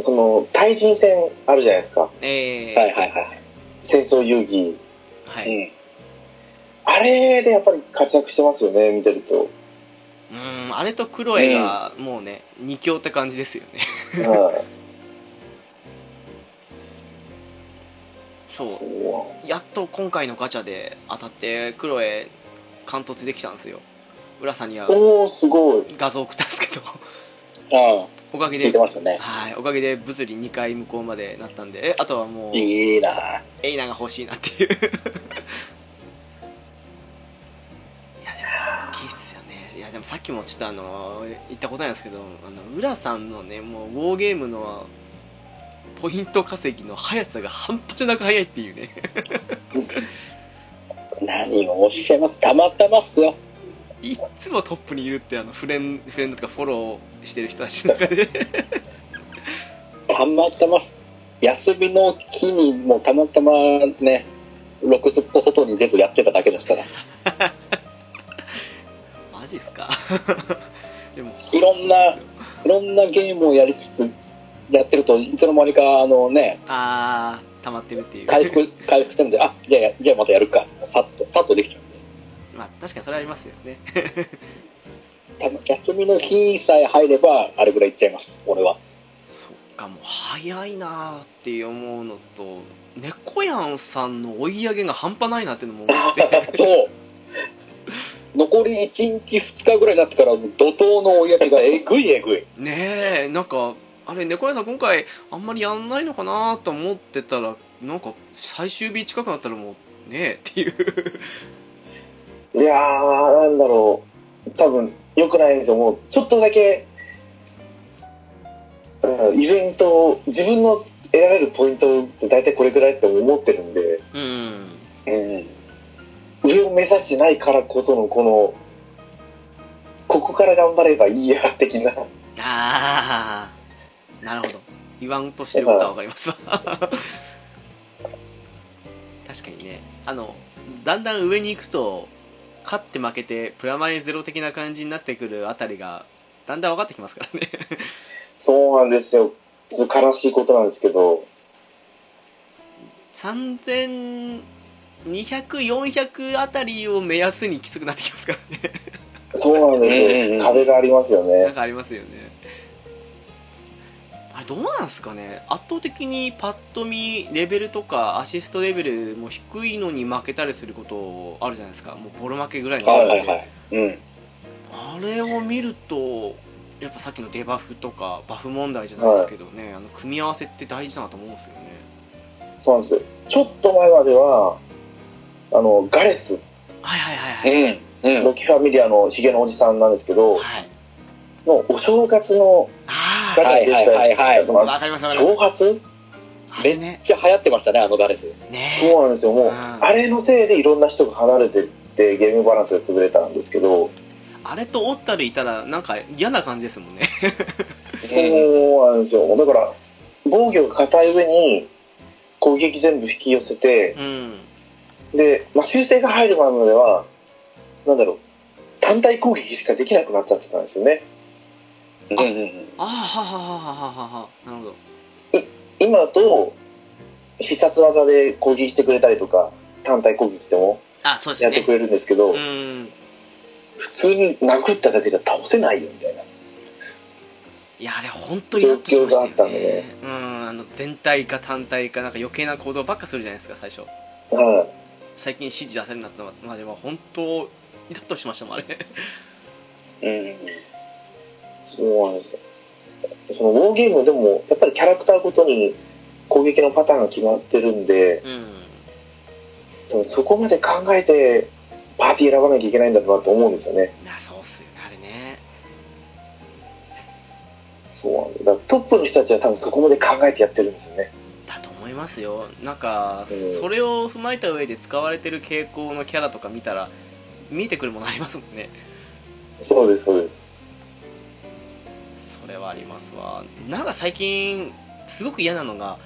S3: その対人戦あるじゃないですか
S1: えー、
S2: はいはいは
S3: 戦争遊戯
S1: はい
S2: い。
S3: あれでやっぱり活躍してますよね、見てると。
S1: うーんあれとクロエがもうね、二強って感じですよね
S3: は
S1: そ
S3: い。
S1: うやっと今回のガチャで当たってクロエ貫突できたんですよ浦さんには
S3: おおすごい。
S1: 画像送ったんですけど
S2: あ
S1: おかげ
S2: 聞い
S1: で
S2: てましたね。
S1: はいおかげで物理2回向こうまでなったんでえあとはもう
S2: いいなぁ
S1: エイナが欲しいなっていう いやでも大きいっすよねいやでもさっきもちょっとあの言ったことないんですけどあの浦さんのねもうウォーゲームのポイント稼ぎの速さが半端じゃなく速いっていうね
S2: 何をおっしゃいます。たまたまっすよ。
S1: いっつもトップにいるってあのフレンフレンドとかフォローしてる人たちの中で
S2: たまたまっす。休みの日にもたまたまね、ロクスっぽ外に出ずやってただけですから。
S1: マジっすか でも
S2: いろんないいろんなゲームをやりつつ、やってると、いつの間にか、あのね、
S1: ああ溜まってるっていう
S2: 回 復、回復してるんで、あ、じゃあ、じゃあまたやるか。さっと、さっとできちゃうんで。
S1: まあ確かにそれありますよね
S2: たま休みの日さえ入れば、あれぐらいいっちゃいます。俺 は。
S1: そっかもう早いなーって思うのと猫やんさんの追い上げが半端ないなっていうのも思 って
S2: そう。残り1日2日ぐらいになってから、怒涛の追い上げがえぐいえぐい。
S1: ねえなんかあれ猫やんさん今回あんまりやんないのかなーと思ってたらなんか最終日近くなったらもうねえっていう
S3: いやー、なんだろう。多分、良くないんですよ。もう、ちょっとだけ、うんイベントを、自分の得られるポイントって大体これぐらいって思ってるんで、
S1: うん
S2: うん。
S3: 上を目指してないからこその、この、ここから頑張ればいいや、的な。
S1: ああなるほど言わんとしてることは分かりますわ 確かにねあのだんだん上に行くと勝って負けてプラマイゼロ的な感じになってくるあたりがだんだん分かってきますからね
S3: そうなんですよ。ちょっと悲しいことなんですけど、
S1: 3200400あたりを目安にきつくなってきますからね
S3: そうなん
S2: うんうん
S3: で
S2: う
S3: す
S2: ん
S3: よ。壁がありますよ
S1: なん
S3: ね。
S1: かありますよねあれどうなんですかね圧倒的にパッと見レベルとかアシストレベルも低いのに負けたりすることあるじゃないですかもうボロ負けぐらいの
S2: はいはいはい。うん。
S1: あれを見るとやっぱさっきのデバフとかバフ問題じゃないですけどね、あの組み合わせって大事だなと思うんですよね
S3: そうなんですよ。ちょっと前までは、あの、ガレス、
S1: はいはいはいはい、
S2: うん。うん。
S3: ロキファミリアのヒゲのおじさんなんですけど、
S1: はい、
S3: のお正月の
S1: あ
S3: ガチャで出てたやつ
S1: あ
S3: もあ
S1: わかりますわ
S3: る
S1: かりま
S3: 挑発
S1: すあ
S2: め
S1: れ
S2: っ
S1: ね
S2: ちゃ流行ってましたね、あのガレス。
S1: ね
S3: そうなんですよ。もう、
S1: うん
S3: あれのせいでいろんな人が離れてってゲームバランスが崩れたんですけど、
S1: あれとオッタルいたらなんか嫌な感じですもんね
S3: そうなんですよ。だから、防御が硬い上に、攻撃全部引き寄せて、
S1: うん
S3: で、まあ、修正が入る前までは、なんだろう、単体攻撃しかできなくなっちゃってたんですよね。
S2: うんうんうん。
S1: ああはははははははなるほど
S3: 今だと、必殺技で攻撃してくれたりとか、単体攻撃でも
S1: あそうです
S3: やって
S1: ね
S3: くれるんですけど、
S1: うん
S3: 普通に殴っただけじゃ倒せないよみたいな。
S1: いやあれ本当にイラッとしましたよね
S3: 状況があったんでね
S1: うんあの全体か単体かなんか余計な行動ばっかするじゃないですか最初
S3: はい、
S1: 最近指示出せるようになったまでは本当イラッとしましたもんあれ
S2: うん。
S3: そうなんですよ。そのウォーゲームでも、やっぱりキャラクターごとに攻撃のパターンが決まってるんで、
S1: うん
S3: でもそこまで考えて、パーティー選ばなきゃいけないんだろうなと思うんですよね。
S1: なそうっすよねあれね
S3: そうなんですだからトップの人たちは多分そこまで考えてやってるんですよね。
S1: だと思いますよなんか
S3: うん
S1: それを踏まえた上で使われてる傾向のキャラとか見たら見えてくるものありますもんね
S3: そうです、そうです。
S1: それはありますわなんか最近すごく嫌なのが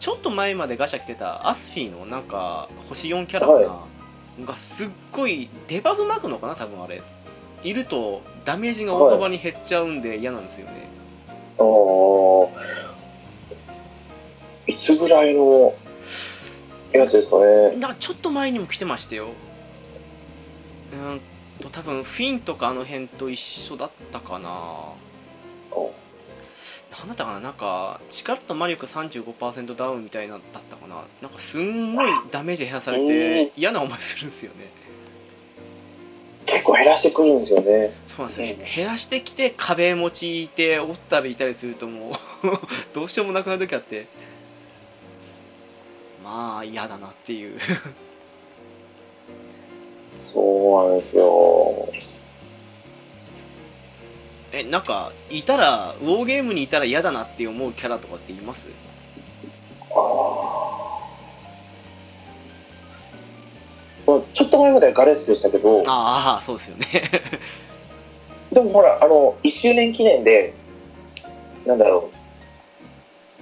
S1: ちょっと前までガシャ来てたアスフィーのなんか星4キャラかな、
S3: は
S1: がすっごいデバフまくのかな多分あれいるとダメージが大幅に減っちゃうんで嫌なんですよね、
S3: あのーいつぐらいのやつですかね。
S1: だからちょっと前にも来てましたようんと多分フィンとかあの辺と一緒だったかな
S3: お
S1: なんだったかななんか力と魔力35%ダウンみたいなだったかななんかすんごいダメージ減らされて嫌な思いするんですよね
S3: 結構減らしてくるんですよね。
S1: そうなんですよ、
S3: うん
S1: 減らしてきて壁持ちいて折ったりいたりするともう どうしようもなくなる時あってまあ嫌だなっていう
S3: そうなんですよ。
S1: えなんかいたらウォーゲームにいたら嫌だなって思うキャラとかっています
S3: あーまあちょっと前まではガレッスでしたけど、
S1: ああそうですよね
S3: でもほら、あの、1周年記念で、なんだろ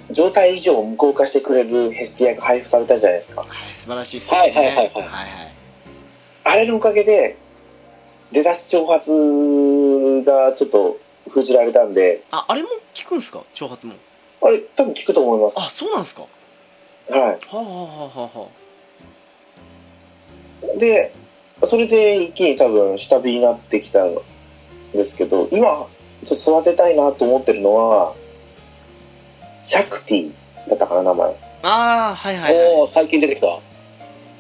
S3: う、状態異常を無効化してくれるヘスティアが配布されたじゃないですか。
S1: はい素晴らしいですよね
S2: はいはいはいはい
S1: はい
S3: あれのおかげで、出だし挑発がちょっと封じられたんで、
S1: ああれも効くんですか挑発も
S3: あれ多分効くと思いま
S1: あそうなんですかは
S3: す。は。
S1: あはあはあはあはい
S3: で、それで一気に多分下火になってきたんですけど、今、ちょっと育てたいなと思ってるのは、シャクティだったかな、名前。
S1: ああはいはいはい
S2: おー最近出てきた。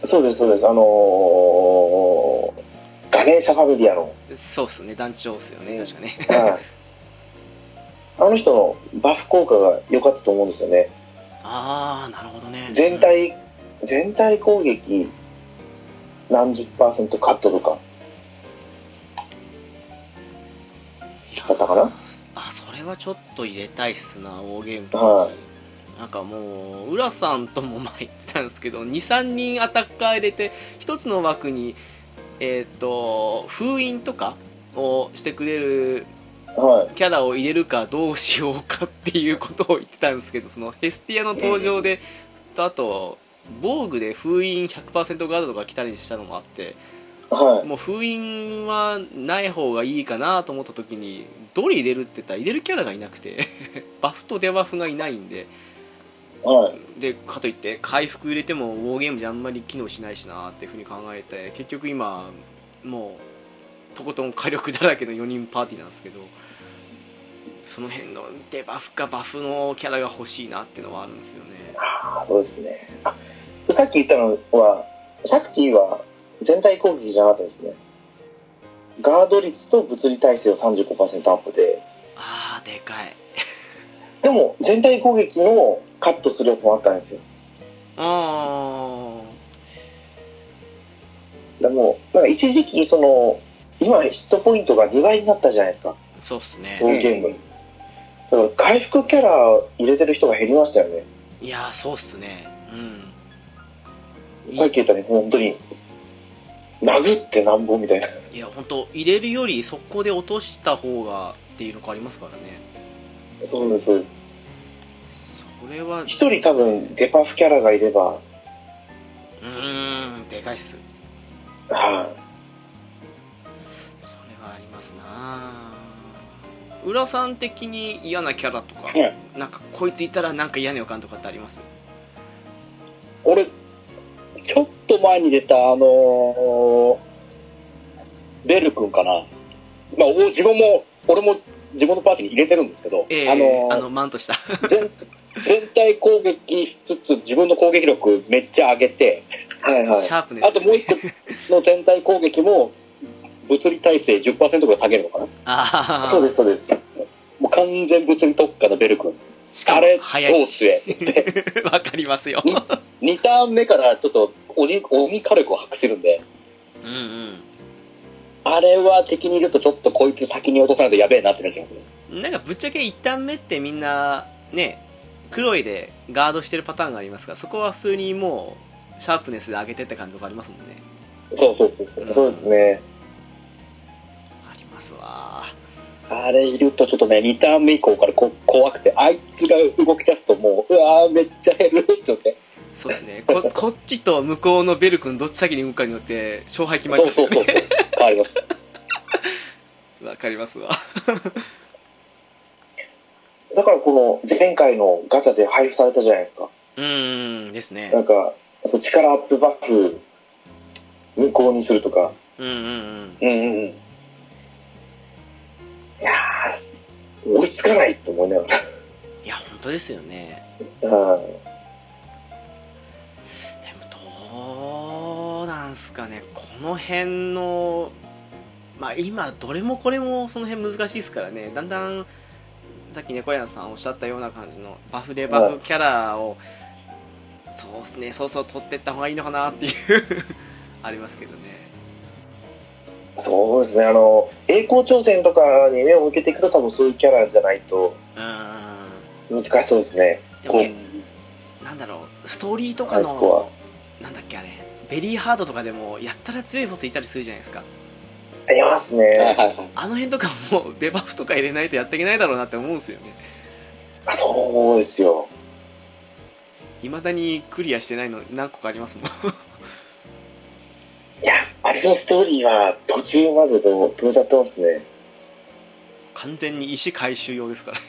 S3: そうです、そうです。あのーガネーシャファミリアの、
S1: そうっすね団地長っすよね確か ね
S3: はいあの人のバフ効果が良かったと思うんですよね。
S1: ああなるほどね
S3: 全体、全体攻撃何十パーセントカットとか。だったかな
S1: あそれはちょっと入れたいっすな大ゲーム
S3: は
S1: なんかもう浦さんとも前言ってたんですけど23人アタッカー入れて一つの枠にえっ、と封印とかをしてくれる
S3: は
S1: キャラを入れるかどうしようかっていうことを言ってたんですけどそのヘスティアの登場で、とあと防具で封印100%ガードとか来たりしたのもあって
S3: い。はい。
S1: もう封印はない方がいいかなと思った時にどれ入れるって言ったら入れるキャラがいなくて バフとデバフがいないんで
S3: はい。
S1: でかといって回復入れてもウォーゲームじゃあんまり機能しないしなっていうふうに考えて結局今もうとことん火力だらけの4人パーティーなんですけどその辺のデバフかバフのキャラが欲しいなっていうのはあるんですよね
S3: あそうですね。あ、さっき言ったのは、シャクティは全体攻撃じゃなかったですね。ガード率と物理耐性を35%アップで、
S1: あーでかい
S3: でも全体攻撃のカットするやつもあったんですよ。
S1: あ
S3: でも、なんか一時期、その、今ヒットポイントが2倍になったじゃないですか、
S1: ーそうっすね
S3: このゲーム。だから回復キャラ入れてる人が減りましたよね。
S1: いやーそうっすねうん
S3: さっき言ったように、本当に、殴ってなんぼみたいな。
S1: いや本当入れるより速攻で落とした方がっていうのがありますからね
S3: そうです、そうです。
S1: それはう
S3: 一人多分デパフキャラがいれば、
S1: ーんでかいっす
S3: は
S1: それはありますなぁ浦さん的に嫌なキャラとか、
S2: え
S1: なんかこいついたらなんか嫌な予感とかってあります
S2: 俺、ちょっと前に出た、あのーベル君かな。まあ、お自分も、俺も自分のパーティーに入れてるんですけど、
S1: ええ
S2: あ
S1: あ
S2: の
S1: の
S2: ー
S1: マンとした
S2: 全、全体攻撃しつつ、自分の攻撃力めっちゃ上げて、
S3: い。はいはい
S1: シ。ャープネ
S2: あ
S1: ス
S2: と
S1: です、
S2: もう
S1: ね、
S2: 一個の全体攻撃も、物理耐性10%ぐらい下げるのかな。
S1: ああ
S3: そうです、そうです。
S2: もう完全物理特化のベル君。
S1: しか
S2: あ
S1: も
S2: れ、
S1: 早
S2: 超
S1: いし
S2: 強い。で、
S1: わかりますよ
S2: に2ターン目からちょっと鬼、鬼火力を発揮するんで、
S1: うんうん
S2: あれは敵にいるとちょっとこいつ先に落とさないとやべえなってなっちゃう。
S1: なんかぶっちゃけ1ターン目ってみんなね黒いでガードしてるパターンがありますからそこは普通にもうシャープネスで上げてって感じとかありますもんね
S2: そうそうそうそう。
S3: そうですね。
S1: ありますわ
S2: あれいるとちょっとね、2ターン目以降からこ怖くて、あいつが動き出すともう、うわーめっちゃ減るって言って。
S1: そうですねここっちと向こうのベル君どっち先に動くかによって勝敗決まり
S2: そう
S1: ます
S2: そ
S1: よ
S2: う
S1: ね
S2: そう。変わり ます。
S1: わかりますわ
S3: だからこの前回のガチャで配布されたじゃないですか。
S1: うーんですね
S3: なんか、そう力アップバッフ無効にするとか。
S1: うんうんうん
S3: うんうんうん。いやー、追いつかないと思いなが
S1: いや本当ですよね
S3: ら。うん
S1: でもどうなんすかねこの辺のまあ今どれもこれもその辺難しいですからねだんだんさっき猫やんさんおっしゃったような感じのバフでバフキャラをそうっすねそうそう取ってった方がいいのかなっていう ありますけどね
S3: そうですね、あの、栄光挑戦とかに目を向けていくと多分そういうキャラじゃないと
S1: うー
S3: 難しそうですね。
S1: んでも
S3: こ
S1: ねなんだろうストーリーとか
S3: はいここは
S1: のなんだっけあれベリーハードとかでもやったら強いボスいたりするじゃないですか
S3: う、います
S2: はい
S3: ね。
S2: はいはい。
S1: あの辺とかもうデバフとか入れないとやっていけないだろうなって思うんですよね。
S3: あそうですよ。
S1: いまだにクリアしてないの何個かありますもん。
S3: やっぱりそのストーリーは途中まででも止めちゃってますね。
S1: 完全に石回収用ですからね。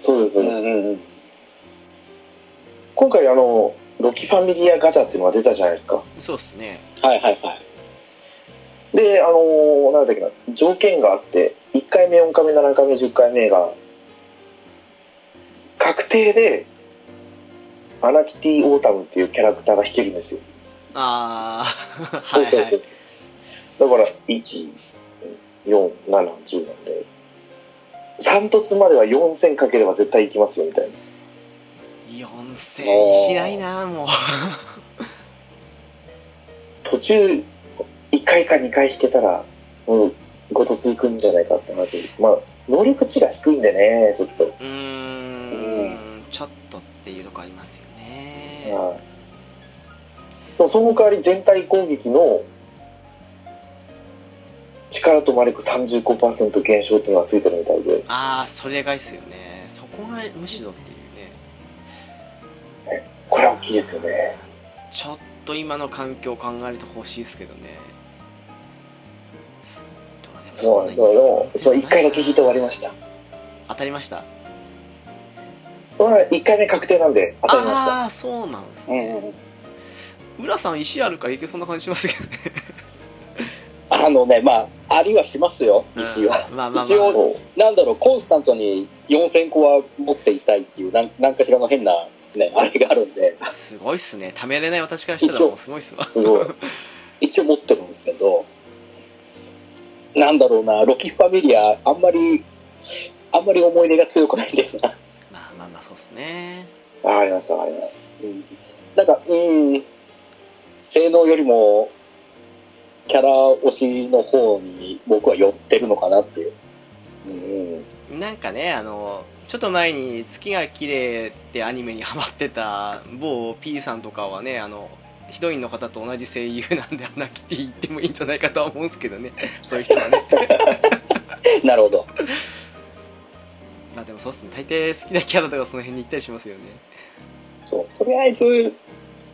S3: そうです、
S2: う
S3: ね
S2: んうんうん。
S3: 今回あの、ロキファミリアガチャっていうのが出たじゃないですか。
S1: そうっすね。
S2: はいはいはい。
S3: で、あのーなんだっけな、条件があって、1回目、4回目、7回目、10回目が、確定で、アナキティ・オータムっていうキャラクターが弾けるんですよ。
S1: あー、はいはい。
S3: だから、1、4、7、10なんで、3凸までは4000かければ絶対いきますよ、みたいな。
S1: 4000しないなもう。
S3: 途中、1回か2回弾けたら、もう、5凸いくんじゃないかって話。まあ、能力値が低いんでね、ちょっ と。
S1: うーん、ちょっとっていうとこありますよね。
S3: はい、でもその代わり全体攻撃の力と魔力35%減少っていうのがついてるみたいで
S1: あー、それがいいっすよね。そこがむしろっていうね。
S3: これは大きいですよね
S1: ちょっと今の環境を考えると欲しいですけどね。
S3: そうなんですよでもそれ1回だけ引いて終わりました
S1: 当たりました
S3: まあ1回目確定なんで当たりました
S1: ああーそうなんです
S2: うんうんう
S1: ね
S2: ん
S1: 浦さん石あるからいけそうな感じしますけどね
S2: あのね、まあ、ありはしますよ、石は。
S1: まあまあまあ
S2: 一応
S3: そう
S2: なんだろう、コンスタントに4000個は持っていたいっていう、なんなんかしらの変な、ね、あれがあるんで、
S1: すごいっすね貯めれない私からしたらもうすごいっすわ
S3: すごい
S2: 一応持ってるんですけど、なんだろうな、ロキファミリア、あんまり、あんまり思い出が強くないんだよ な。
S1: まあまあまあそうっすね
S3: あーありましたありまし
S2: うんなんか、うん、性能よりも、キャラ推しの方に僕は寄ってるのかなっていう。
S3: たうんうん
S1: なんかねあのちょっと前に「月が綺麗ってアニメにハマってた某 P さんとかはねあのヒロインの方と同じ声優なんでアナキティ言ってもいいんじゃないかとは思うんですけどねそういう人はね
S2: なるほど。
S1: まあでもそうっすね大抵好きなキャラとかその辺に行ったりしますよね
S2: そう。とりあえず、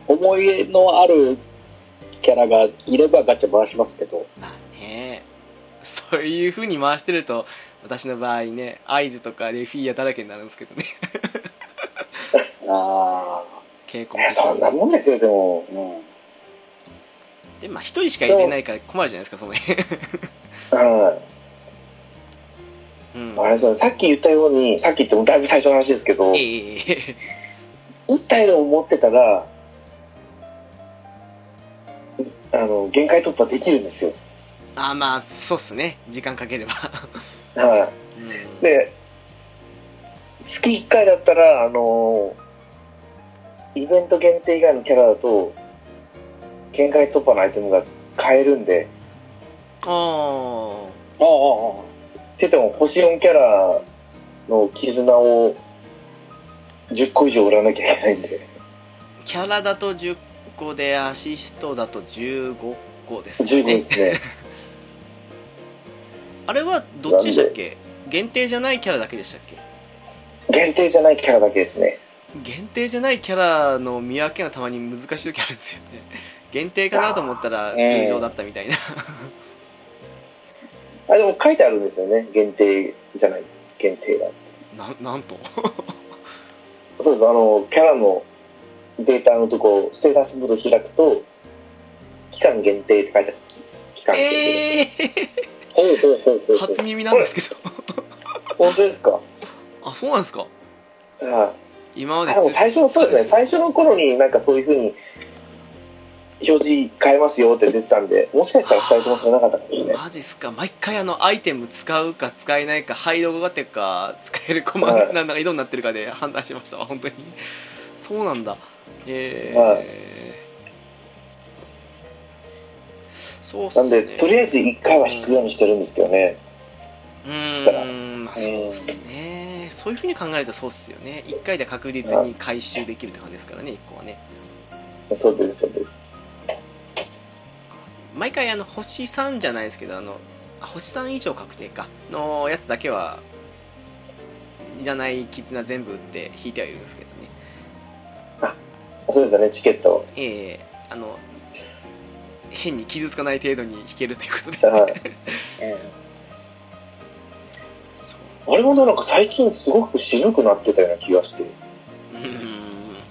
S2: 思い入れのあるキャラがいればガチャ回しますけど、
S1: まあねそういう風に回してると私の場合ね合図とかレフィーヤだらけになるんですけどね
S2: あ
S1: 傾向
S3: いやそんな
S1: 的に
S3: もんですよでも
S2: あ、うん。
S1: でまあ一人しか入れないから困るじゃないですかその辺
S3: うん
S1: うん
S3: あれですよねさっき言ったようにさっき言ってもだいぶ最初の話ですけど、
S1: ええ
S3: 一体でも持ってたらあの限界突破できるんですよ、
S1: あまあそうっすね時間かければ
S3: は
S1: うん
S3: い、で月1回だったらあのイベント限定以外のキャラだと限界突破のアイテムが買えるんで
S1: あー
S2: ああああ、
S3: てても星4キャラの絆を10個以上売らなきゃいけないんで
S1: キャラだと10個でアシストだと15個です
S3: 十
S1: よ
S3: 分で
S1: ね
S3: すね
S1: あれはどっちでしたっけ限定じゃないキャラだけでしたっけ
S3: 限定じゃないキャラだけですね
S1: 限定じゃないキャラの見分けがたまに難しい時あるんですよね限定かなと思ったら通常だったみたいな、
S3: あでも書いてあるんですよね限定じゃない限定だ
S1: ななんと
S3: そうですあのキャラのデータのとこステータスボード開くと期期間限定って書いてある。期間限定。
S1: ええ
S3: ほうほうほうほうほ
S1: 初
S3: う。
S1: 耳なんですけど
S3: 本当ですか
S1: あそうなんですか
S3: はい。
S1: 今まで
S3: あでも最初そうですね、最初の頃になんかそういうふうに表示変えますよって出てたんで、もしかしたら2人とも知らなかったかもしれない。
S1: マジっすか毎回あのアイテム使うか使えないか配慮がてか使えるコマ
S3: はい
S1: なんか色になってるかで判断しましたわ本当にそうなんだえー
S3: はい
S1: そうっす
S3: な
S1: ね
S3: んで、とりあえず1回は引くようにしてるんですけどね。
S1: う
S3: したら
S1: ーんまあそうっすねそういうふうに考えるとそうっすよね1回で確実に回収できるって感じですからね1個はね
S3: そうです、そうです。
S1: 毎回あの星3じゃないですけどあのあ星3以上確定かのやつだけはいらない絆全部って引いてはいるんですけどね
S3: そうですよね、チケット。
S1: ええあの変に傷つかない程度に引けるということで
S3: はい。
S1: そう
S3: あれもなんか最近すごく渋くなってたような気がして。
S1: うーん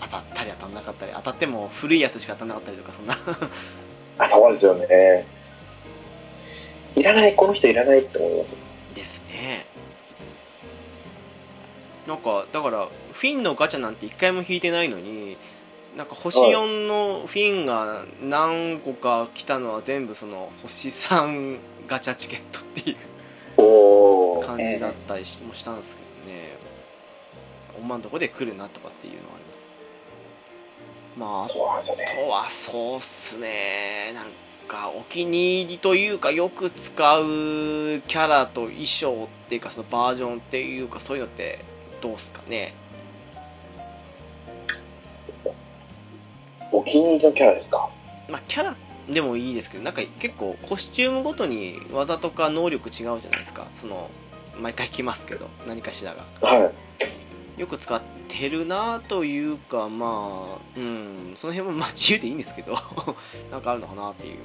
S1: 当たったり当たんなかったり当たっても古いやつしか当たんなかったりとかそんな
S3: あ、そうですよね。いらない、この人いらないって思います。
S1: ですねなんかだからフィンのガチャなんて1回も引いてないのになんか星
S3: はい
S1: 4のフィンが何個か来たのは全部その星3ガチャチケットっていう
S3: おー。
S1: 感じだったりしもしたんですけどね、おまんとこで来るなとかっていうのはありますま
S3: そうなんですよね。
S1: ああとはそうっすねなんかお気に入りというかよく使うキャラと衣装っていうかそのバージョンっていうかそういうのってどうっすかね
S3: お気に入りのキャラですか。
S1: まあキャラでもいいですけどなんか結構コスチュームごとに技とか能力違うじゃないですかその毎回来ますけど何かしらが
S3: はい。
S1: よく使ってるなというかまあうんその辺もまあ自由でいいんですけど なんかあるのかなっていう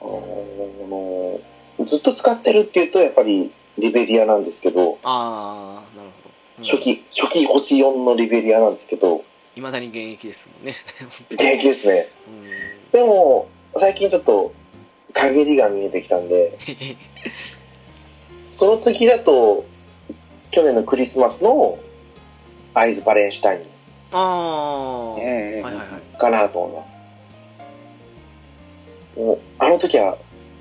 S3: あのずっと使ってるっていうとやっぱりリベリアなんですけど、
S1: ああなるほど、
S3: 初期初期星4のリベリアなんですけど
S1: いまだに現役ですもんね本当
S3: 現
S1: に
S3: 役ですね
S1: うん
S3: でも最近ちょっと陰りが見えてきたんでその次だと去年のクリスマスのアイズ・バレンシュタイン
S1: ああ、
S2: う
S1: はい
S2: んうん
S1: はいはい
S3: かなと思いますもうあの時は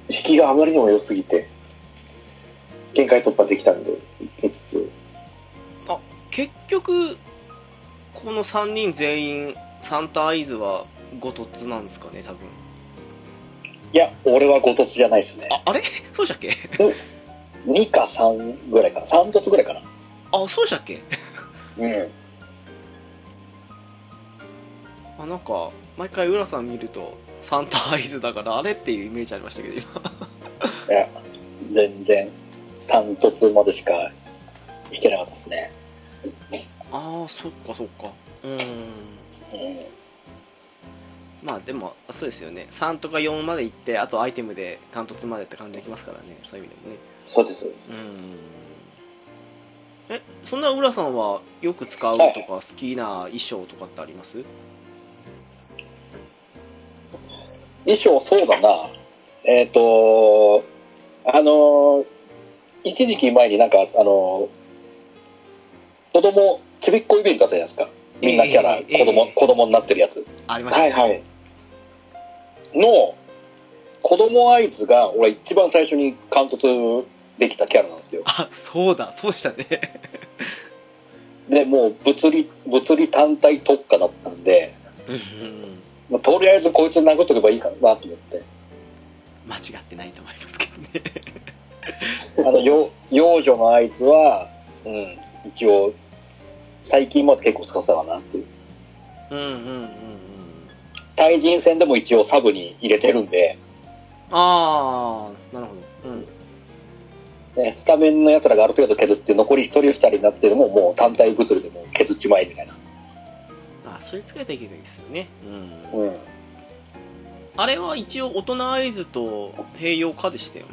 S3: 引きがあまりにも良すぎて限界突破できたんで5つ
S1: 結局この3人全員サンタアイズはごとつなんですかね多分
S2: いや、俺は5凸じゃないですね。
S1: ああれそうでしたっけ
S2: 2か3ぐらいかな。3凸ぐらいかな。
S1: あそうでしたっけ
S2: うん。
S1: あなんか毎回浦さん見るとサンタアイズだからあれっていうイメージありましたけど今
S2: 全然、3凸までしか弾けなかったですね。
S1: ああそっかそっかうーん
S2: うん。
S1: まあでもそうですよね3とか4まで行ってあとアイテムで貫突までって感じできますからねそういう意味でもね
S3: そうです
S1: うーんえそんな浦さんはよく使うと
S2: は
S1: か
S2: い
S1: 好きな衣装とかってあります
S2: 衣装そうだな。えっ、と、あのー一時期前になんか、あのー子供、ちびっこイベントあったじゃないですか。みんなキャラ、
S1: ええ
S2: 子供、
S1: ええ
S2: 子供になってるやつ
S1: ありました
S3: は
S1: ね
S3: いはい
S2: の、子供合図が、俺一番最初に貫突できたキャラなんですよ。
S1: あそうだそうでしたね
S2: で、もう物理、物理単体特化だったんで、
S1: うんうん
S2: まあ、とりあえずこいつ殴っとけばいいかなと思って。
S1: 間違ってないと思いますけどね
S2: あの、よ 幼女の合図は、うん、一応、最近まで結構使ってたかなっていう。
S1: うんうんうんうん
S2: 対人戦でも一応サブに入れてるんで、
S1: ああなるほどうん
S2: ね、スタメンの奴らがある程度削って残り一人二人になってでももう単体物理でもう削っちまえみたいな。
S1: あそういう使いできるんですよねうん
S2: うん。
S1: あれは一応大人合図と併用化でしたよね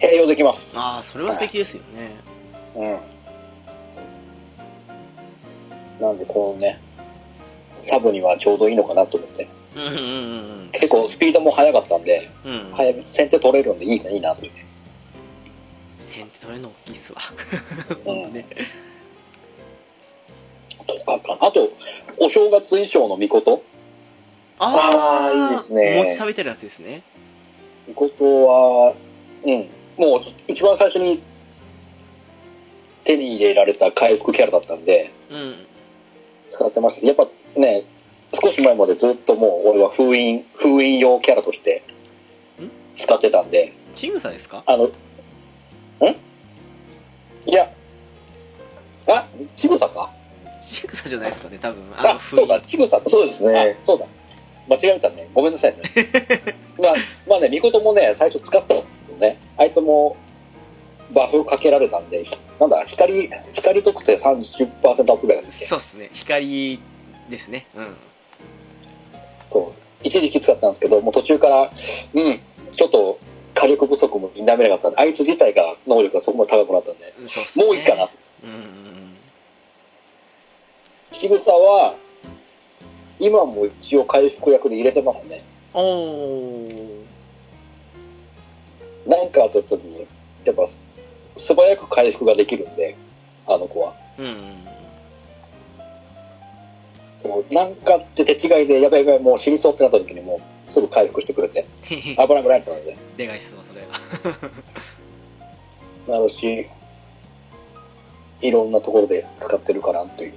S2: 併用できます。
S1: ああそれは素敵ですよね
S2: うん。なんでこのね、サブにはちょうどいいのかなと思って。
S1: うんうんうん
S2: 結構スピードも速かったんで、
S1: うん、
S2: 早め先手取れるんでいいかいいなというね。
S1: 先手取れるの大きいっすわ
S2: うん
S1: ね
S2: とかかなあと、お正月衣装のみこと。
S3: あーいいですね
S1: お餅食べてるやつですね
S2: みことは、うん、もう一番最初に手に入れられた回復キャラだったんで、
S1: うん
S2: 使ってましたやっぱね、少し前までずっともう俺は封印、封印用キャラとして
S1: ん
S2: 使ってたんで、
S1: ちぐさですか
S2: あの、んいや、あ、ちぐさか
S1: ちぐさじゃないですかね多分あ
S2: あ
S1: の、
S2: そうだ、ちぐさ
S3: そうですね
S2: あそうだ。間違えたね。ごめんなさい ね。まあ、まあね、みこともね、最初使ったんですけどね、あいつもバフかけられたんで、なんだ、光、光特性30%アップぐらいだっけ
S1: そうっすね光ですねうん
S2: そう。一時期使ったんですけど、もう途中から、うん、ちょっと火力不足も否めなかったんで、あいつ自体が能力がそこまで高くなったんで、
S1: うんそうっすね
S2: もういいかな。
S1: うんうんうん
S2: ちぐさは、今も一応回復役で入れてますね。
S1: おお
S2: なんかあった時に、やっぱす素早く回復ができるんで、あの子は。
S1: うんうん
S2: そのなんかって手違いで、やばいやばい、もう死にそうってなった時にもうすぐ回復してくれて、危ない危ないってなるんで。
S1: でかいっすわそれは
S2: なるし、いろんなところで使ってるかなという。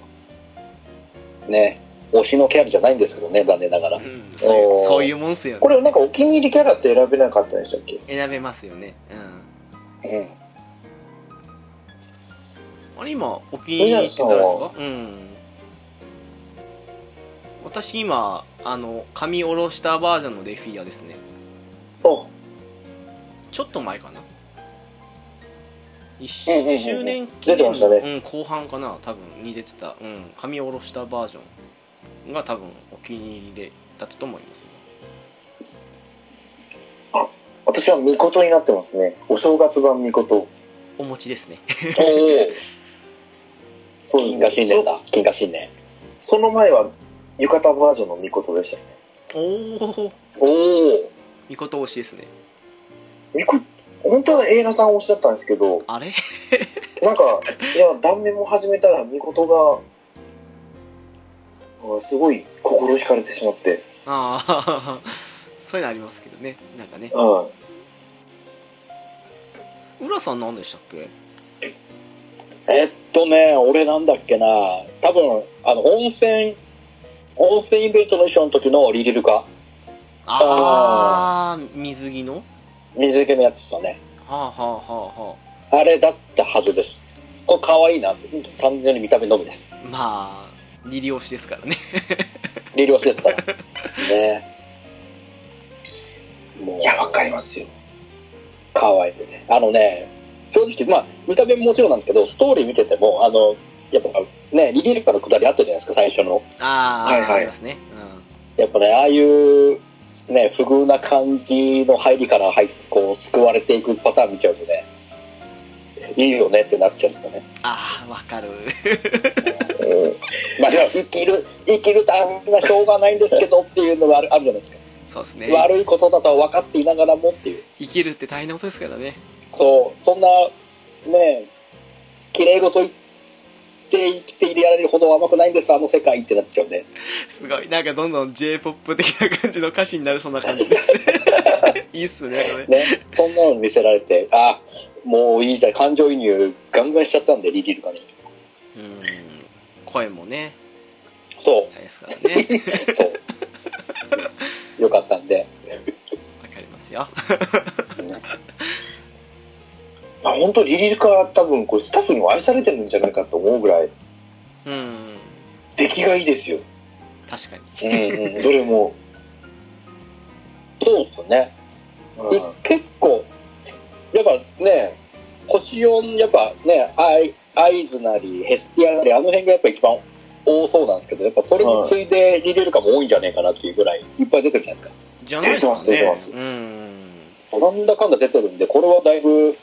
S2: ね、推しのキャラじゃないんですけどね、残念ながら
S1: う。んそういう
S3: おー
S1: そういうもんっすよ
S3: こ
S1: ね
S3: れなんかお気に入りキャラって選べなかったんでしたっけ
S1: 選べますよねうん
S2: うん。
S1: あれ今お気に入りって誰ですかうん私今あの髪下ろしたバージョンのレフィアですね
S3: あ
S1: ちょっと前かな
S3: うんうんうんうん
S1: 1周年記念
S3: 出てましたね
S1: うん、後半かな多分に出てた、うん、髪下ろしたバージョンが多分お気に入りでだったと思いますね
S3: 私は巫女になってますねお正月版巫女
S1: お餅ですね
S2: おお
S3: そう
S2: 金河新年だ、金河新年。
S3: そその前は浴衣バージョンの巫女でしたね
S1: おお
S2: おお
S1: みこと推しですね
S3: 巫女本当はエイラさん推しだったんですけど
S1: あれ
S3: なんか いや断面も始めたら巫女があすごい心惹かれてしまって
S1: ああ そういうのありますけどねなんかね
S3: うん
S1: 浦さん何でしたっけ
S2: えっとね、俺なんだっけな、多分、あの、温泉、温泉イベントの衣装の時のリリルカ、
S1: ああ水着のは
S2: 水着のやつですよね。
S1: あはあはあは
S2: あれだったはずです。これ可愛いなって、単純に見た目のみです。
S1: あまあリリ推しですからね
S2: リリオスですから。ねもう
S3: いやわかりますよ
S2: 可愛いね。あのね、正直、まあ、見た目ももちろんなんですけど、ストーリー見てても、あの、やっぱね、リリルカのくだりあったじゃないですか、最初の。
S1: ああ、
S3: はいはい
S1: ありますね、
S2: やっぱね、ああいう、ね、不遇な感じの入りから、はい、こう、救われていくパターン見ちゃうとね、いいよねってなっちゃうんですよね。
S1: うん、ああわかる
S2: まあ、でも生きる、生きるためにはしょうがないんですけどっていうのがあるあるじゃないですか。
S1: そうですね
S2: 悪いことだとは分かっていながらもっていう。
S1: 生きるって大変なことですからね
S2: そう、そんな、ねえ、綺麗事言って生きていられるほど甘くないんです、あの世界ってなっちゃうんで。
S1: すごいなんかどんどん j p o p 的な感じの歌詞になるそんな感じです いいっすねこれ
S2: ね、そんなの見せられて、あ、もういいじゃん、感情移入ガンガンしちゃったんで、リリルがね。
S1: うん声もね
S2: そ
S1: 大変ですからね
S2: う、そう。よかったんで。
S1: わかりますよ
S3: あ本当リリルカは多分これスタッフにも愛されてるんじゃないかと思うぐらい
S1: うん
S3: 出来がいいですよ
S1: 確かに
S2: うんうんうん
S3: どれも、
S2: そうっすね。
S3: うん
S2: で結構、やっぱね、星4、やっぱね、アイアイズなり、ヘスティアなり、あの辺がやっぱ一番多そうなんですけど、やっぱそれに次いでリレルカも多いんじゃねえかなっていうぐらい、いっぱい出てるじゃないです
S1: じゃないですか
S3: 出てま
S1: ね
S3: す出て
S1: うん
S2: か。なんだかんだ出てるんで、これはだいぶ、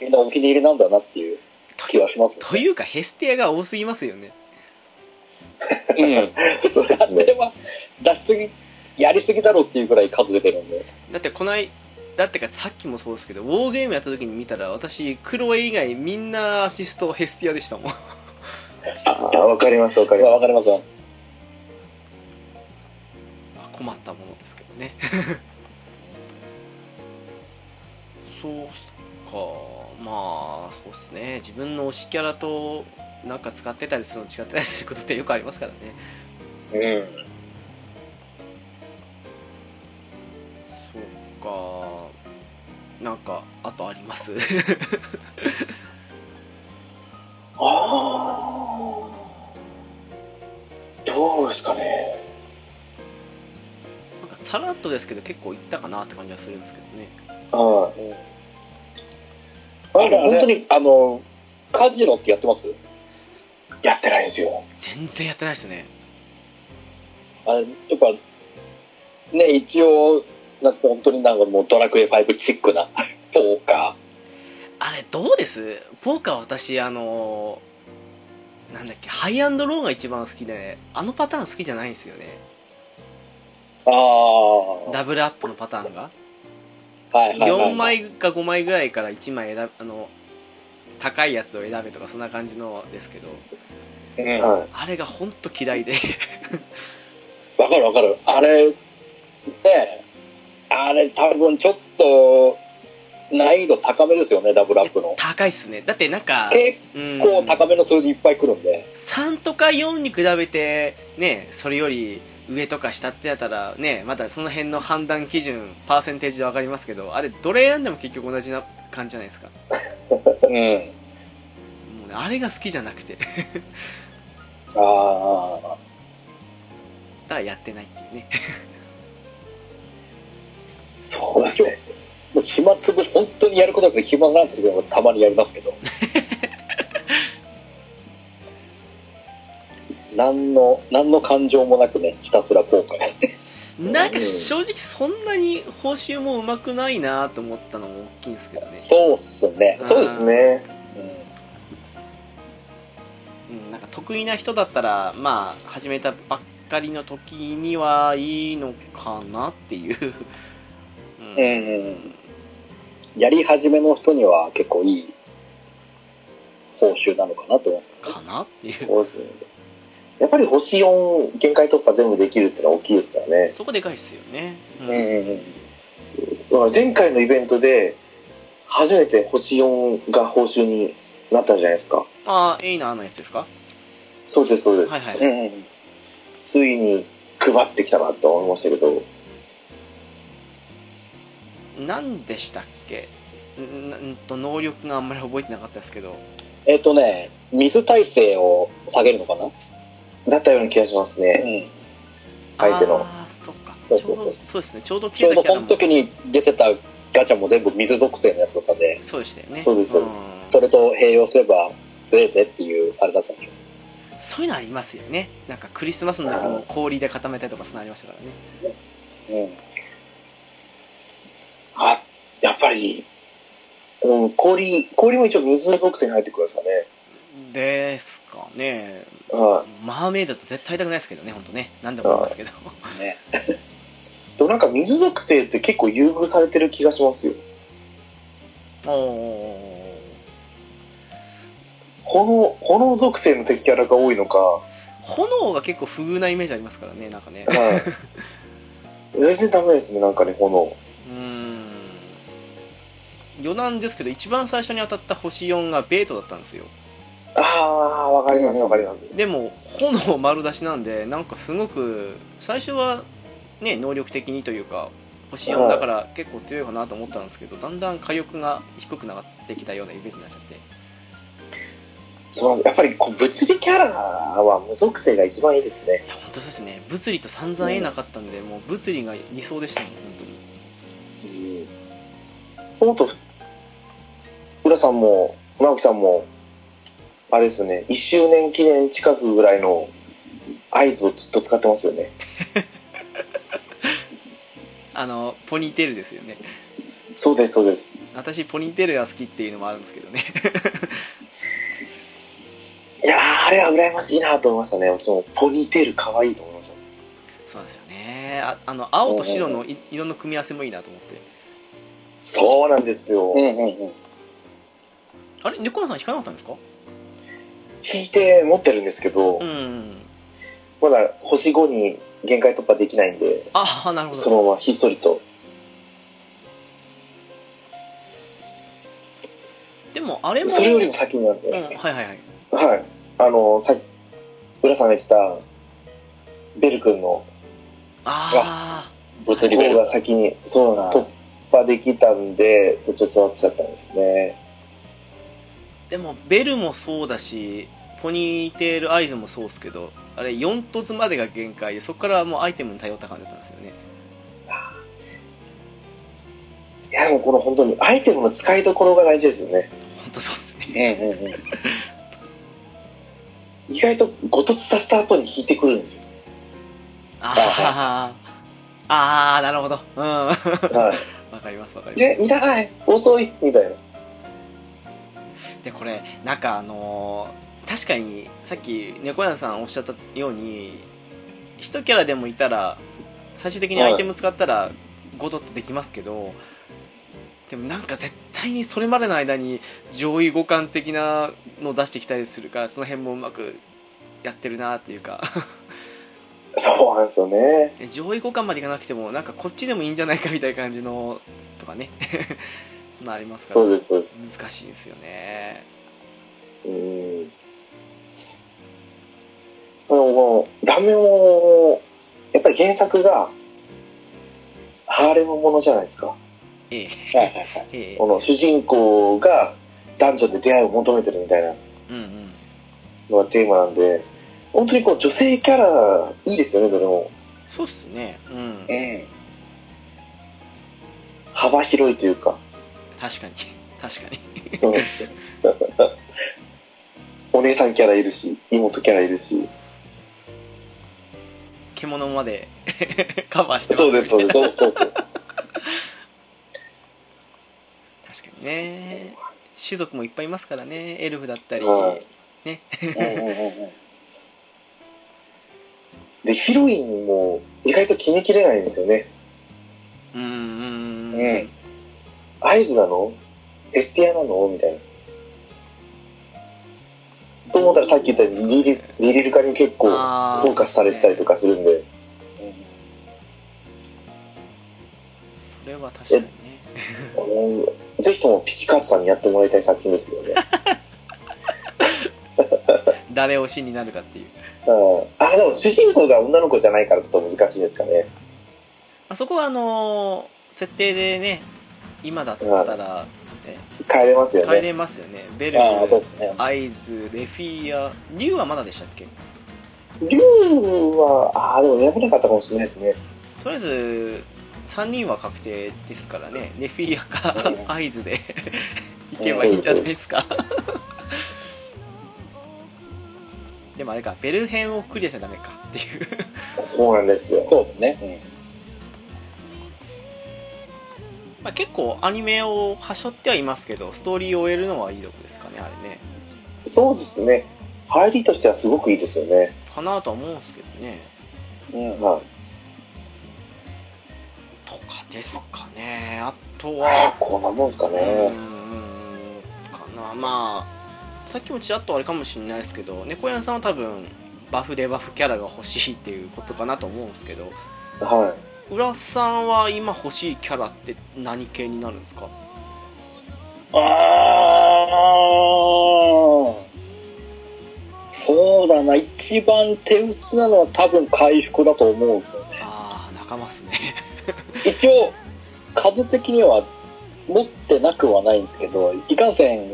S2: みんなお気に入りなんだなっていう気はします、ね。
S1: というかヘスティアが多すぎますよね
S2: うん。 あれは出しすぎ、やりすぎだろっていうぐらい数出てるんで。
S1: だってこないだってかさっきもそうですけどウォーゲームやった時に見たら私クロエ以外みんなアシストヘスティアでした もん
S3: ああ、わかります、わかり
S2: まあ
S3: ま
S2: わ
S3: す
S2: か。りますよ。
S1: 困ったものですけどね そうっすかまあそうっすね自分の推しキャラとなんか使ってたりするの違ってたりすることってよくありますからね
S2: うん。
S1: そうかなんかあとあります
S3: ああ。どうですかね。
S1: なんかさらっとですけど結構いったかなって感じはするんですけどね
S3: はい。あ
S2: あれ
S3: の、本当に、
S2: あの、カジノってやってます
S3: やってないんですよ。
S1: 全然やってないですね
S2: あれ、とか、ね、一応、なんか本当になんかもうドラクエ5チックな ポーカ
S1: あれどうですポーカー私あのーなんだっけハイアンドローが一番好きであのパターン好きじゃないんですよね
S2: ー。あ
S1: ダブルアップのパターンが
S2: あ。はいはいはい、はい。
S1: 4枚か5枚ぐらいから1枚選ぶあの高いやつを選べとかそんな感じのですけど
S2: うん。わ
S3: は
S1: あれが本当嫌いで
S2: かるわかる。あれ、ね、あれ多分ちょっと、難易度高めですよね、ダブルアップの。
S1: 高いっすねだってなんか
S2: 結
S1: うん
S2: 構高めの数字いっぱい来るんで。
S1: 3とか4に比べてねそれより上とか下ってやったらねまだその辺の判断基準パーセンテージで分かりますけどあれどれ選んでも結局同じな感じじゃないですかも
S2: う
S1: う、
S2: ん。
S1: ね、あれが好きじゃなくて だか
S2: ああ。
S1: らやってないっていうね
S3: い。そうですね。
S2: もう暇つぶし、本当にやることなくて暇なんて時はたまにやりますけど。 何の、何の感情もなくね、ひたすら後悔。
S1: なんか正直そんなに報酬もうまくないなと思ったのも大きいんですけどね、
S2: そうっすね。
S3: そうですね。
S1: うん、なんか得意な人だったらまあ始めたばっかりの時にはいいのかなっていう、
S2: うん。うん。やり始めの人には結構いい報酬なのかなと思って。
S1: かなっていう
S3: そうですね。やっぱり星4限界突破全部できるってのは大きいですからね。
S1: そこでかいっすよね、うん
S2: ん。
S3: だから前回のイベントで初めて星4が報酬になったんじゃないですか。
S1: ああエイナーのやつですか
S3: そうです、そうです。
S1: はいは
S2: う
S1: い
S2: ん。うん。
S3: ついに配ってきたなと思いましたけど、
S1: 何でしたっけんなんと能力があんまり覚えてなかったですけど
S2: えっ、とね、水耐性を下げるのかなう
S3: だったような気がしますね。
S2: ん。
S3: 相手の
S1: ああそっかちょ
S2: そううそ
S1: どそ
S2: うそう
S1: うですねちょうど
S2: ち
S1: 切
S2: ょ
S1: れ
S2: う
S1: た
S2: ど
S1: キャ
S2: そ
S1: ラ
S2: の
S1: も
S2: 時に出てたガチャも全部水属性のやつだったんで、
S1: そうでしたよね
S3: そうですそうです
S1: ん
S2: それと併用すればずれてっていうあれだったんでしょ
S1: そういうのありますよねなんかクリスマスの時も氷で固めたりとかそういうのありましたからね
S2: うん
S3: あ、やっぱり、うん、氷、氷も一応水属性に入ってくるんですかね。
S1: ですかね
S3: は
S1: マーメイドと絶対痛くないですけどね本当ね何でも言いますけど
S2: ね
S3: い。でもなんか水属性って結構優遇されてる気がしますよ。
S1: お お
S3: 炎、炎属性の敵キャラが多いのか、
S1: 炎が結構不遇なイメージありますからねなんか ね
S3: はい。全然ダメですね、なんかね、炎。
S1: うーん余談ですけど一番最初に当たった星4がベートだったんですよ
S3: ああ、わかります、わかります。
S1: でも炎丸出しなんでなんかすごく最初はね能力的にというか星4だから結構強いかなと思ったんですけどだんだん火力が低くなってきたようなイメージになっちゃって
S3: そうなんですやっぱりこう物理キャラは無属性が一番いいですね。
S1: いや本当そうですね物理と散々えなかったんで、もう物理が理想でしたもん本当に
S3: そうと、浦さんも、直樹さんも、あれですよね、1周年記念近くぐらいの合図をずっと使ってますよね。
S1: あのポニーテールですよね
S3: そうです、そうです。
S1: 私ポニーテールが好きっていうのもあるんですけどね
S3: いやあれは羨ましいなと思いましたね。私もポニーテール可愛いと思いました。
S1: そうなんですよねああの青と白のい色の組み合わせもいいなと思って
S3: そうなんですよ。
S2: うんうんうん。
S1: あれ猫野さん引かなかったんですか
S3: 引いて持ってるんですけど、
S1: うん
S3: まだ星5に限界突破できないんで、
S1: ああなるほ
S3: そ
S1: ど
S3: のままひっそりと。
S1: でもあれも
S3: それよりも先になるん
S1: うん、
S3: で、
S1: はいはいはい
S3: はい。あの、さっき、浦さんが言ってた、ベル君の
S1: あ
S2: 物理
S3: ゴー
S2: ベ
S3: ル
S2: ル
S3: が先に、そう、
S2: あー
S3: 突破できたんで、それちょっとなっちゃったんですね。
S1: あでもベルもそうだしポニーテールアイズもそうですけどあれ4凸までが限界でそこからもうアイテムに頼った感じだったんですよね
S3: いや、でもこの本当にアイテムの使いどころが大事ですよね。
S1: 本当そうっすね
S2: うんうんうん。
S3: 意外とごとつさせた後に引いてくるんですよ。
S1: あーあーなるほどうんわ
S3: はい。
S1: かり ますわかり
S3: い
S1: ま
S3: や、いらない遅いみたいな。
S1: すでこれなんかあのー確かにさっき猫屋さんおっしゃったように一キャラでもいたら最終的にアイテム使ったら5凸できますけど、でもなんか絶対にそれまでの間に上位互換的なのを出してきたりするからその辺もうまくやってるなっていうか
S3: そうなんですよね。
S1: 上位互換までいかなくてもなんかこっちでもいいんじゃないかみたいな感じのとかね そんなのありますから
S3: そうです、そうで
S1: 難しいですよね
S3: す。うん。あの、この、ダメも、やっぱり原作が、ハーレムものじゃないですか。
S1: ええ
S2: はいはいはい。
S1: ええ
S3: この主人公が男女で出会いを求めてるみたいな
S1: うんうん
S3: のがテーマなんで、本当にこう女性キャラ、いいですよね、どれも。
S1: そうっすねうん
S2: うん。
S3: 幅広いというか。
S1: 確かに確かに
S3: うんお姉さんキャラいるし、妹キャラいるし。
S1: 獣まで カバーしてます
S3: そうです、そうです。そうそうそう
S1: す確かにね種族もいっぱいいますからねエルフだったり、
S3: はい
S2: うんうんうんうん。
S3: で、ヒロインも意外と決めきれないんですよね。
S1: うんうんうん
S2: うん
S3: 合図なのエスティアなのみたいな。と思ったらさっき言ったリリリリルカに結構
S1: あー
S3: フォーカスされてたりとかするんで、
S1: それは確かにね
S3: あのぜひともピチカートさんにやってもらいたい作品ですけどね。
S1: 誰推しになるかっていう、
S3: うんあ、でも主人公が女の子じゃないからちょっと難しいですかね。
S1: あ、そこはあのー設定でね今だったら
S3: 変えれますよ
S1: 帰
S3: ね。
S1: れますよねベル
S2: ああ、そうですね。
S1: アイズレフィア竜はまだでしたっけ
S3: 竜は、あーでもやめなかったかもしれないですね。
S1: とりあえず3人は確定ですからねレフィアか
S2: うん
S1: 合図で 行けばいいんじゃないですかでもあれかベル編をクリアしちゃダメかっていう
S3: そうなんですよ。
S2: そうですね。
S1: まあ結構アニメをはしょってはいますけどストーリーを終えるのはいいとこですかねあれね
S3: そうですね。入りとしてはすごくいいですよね。
S1: かなとは思うんですけどね
S2: うん。うん。
S3: はい。
S1: とかですかねあと
S3: あ
S1: は
S3: ーこんなもんですか
S1: うーん
S3: ね。
S1: かなまあさっきもちらっとあれかもしれないですけど猫やんさんは多分バフデバフキャラが欲しいっていうことかなと思うんですけど
S3: はい。
S1: 浦さんは今欲しいキャラって何系になるんですか
S2: ああ。そうだな。一番手打ちなのは多分回復だと思うんですよね。
S1: ああ仲間っすね
S2: 一応、数的には持ってなくはないんですけど、いかんせん、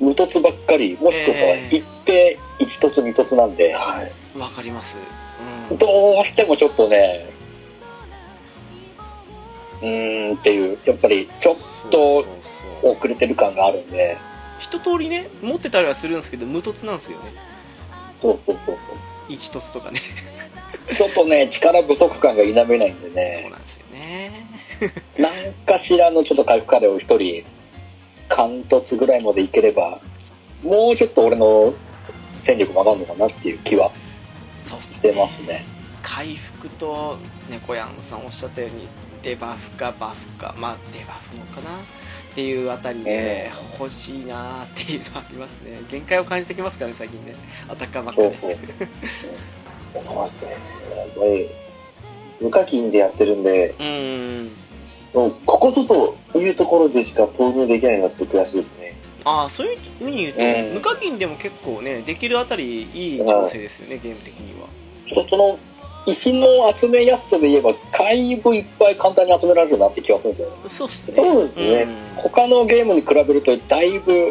S2: 無凸ばっかり、もしくは
S1: ええ
S2: 一平一凸二凸なんで、
S3: はい。
S1: わかりますうん
S2: どうしてもちょっとね、うーんっていう、やっぱりちょっ
S1: そう
S2: と
S1: そうそう
S2: 遅れてる感があるんで、
S1: 一通りね持ってたりはするんですけど無凸なんですよね
S2: そうそうそう
S1: 一凸とかね
S2: そう。ちょっとね、力不足感が否めないんで
S1: そう
S2: ね、
S1: なんですよね
S2: なんかしらのちょっと回復課題を一人、貫突ぐらいまでいければ、もうちょっと俺の戦力も上がるのかなっていう気は
S1: そうっす
S2: してますね。
S1: 回復と猫やんさんおっしゃったようにデバフかバフかまあデバフのかなっていうあたりで
S2: え
S1: 欲しいなっていうのはありますね限界を感じてきますからね最近ねアタッカーばっか
S2: そ
S1: で
S2: うそう。
S3: そうですね。やっぱり、無課金でやってるんで、
S1: うーん
S3: もうここぞというところでしか投入できないのはちょっと悔しいですね。
S1: ああそういうふうに言うと、
S2: うん
S1: 無課金でも結構ねできるあたりいい調整ですよね、ゲーム的には
S2: ちょっとその、石の集めやすさで言えば、怪物いっぱい簡単に集められるなって気がするんですよね。
S1: そうっすね
S3: そうですね。
S2: 他のゲームに比べると、だいぶ
S1: うん、うん、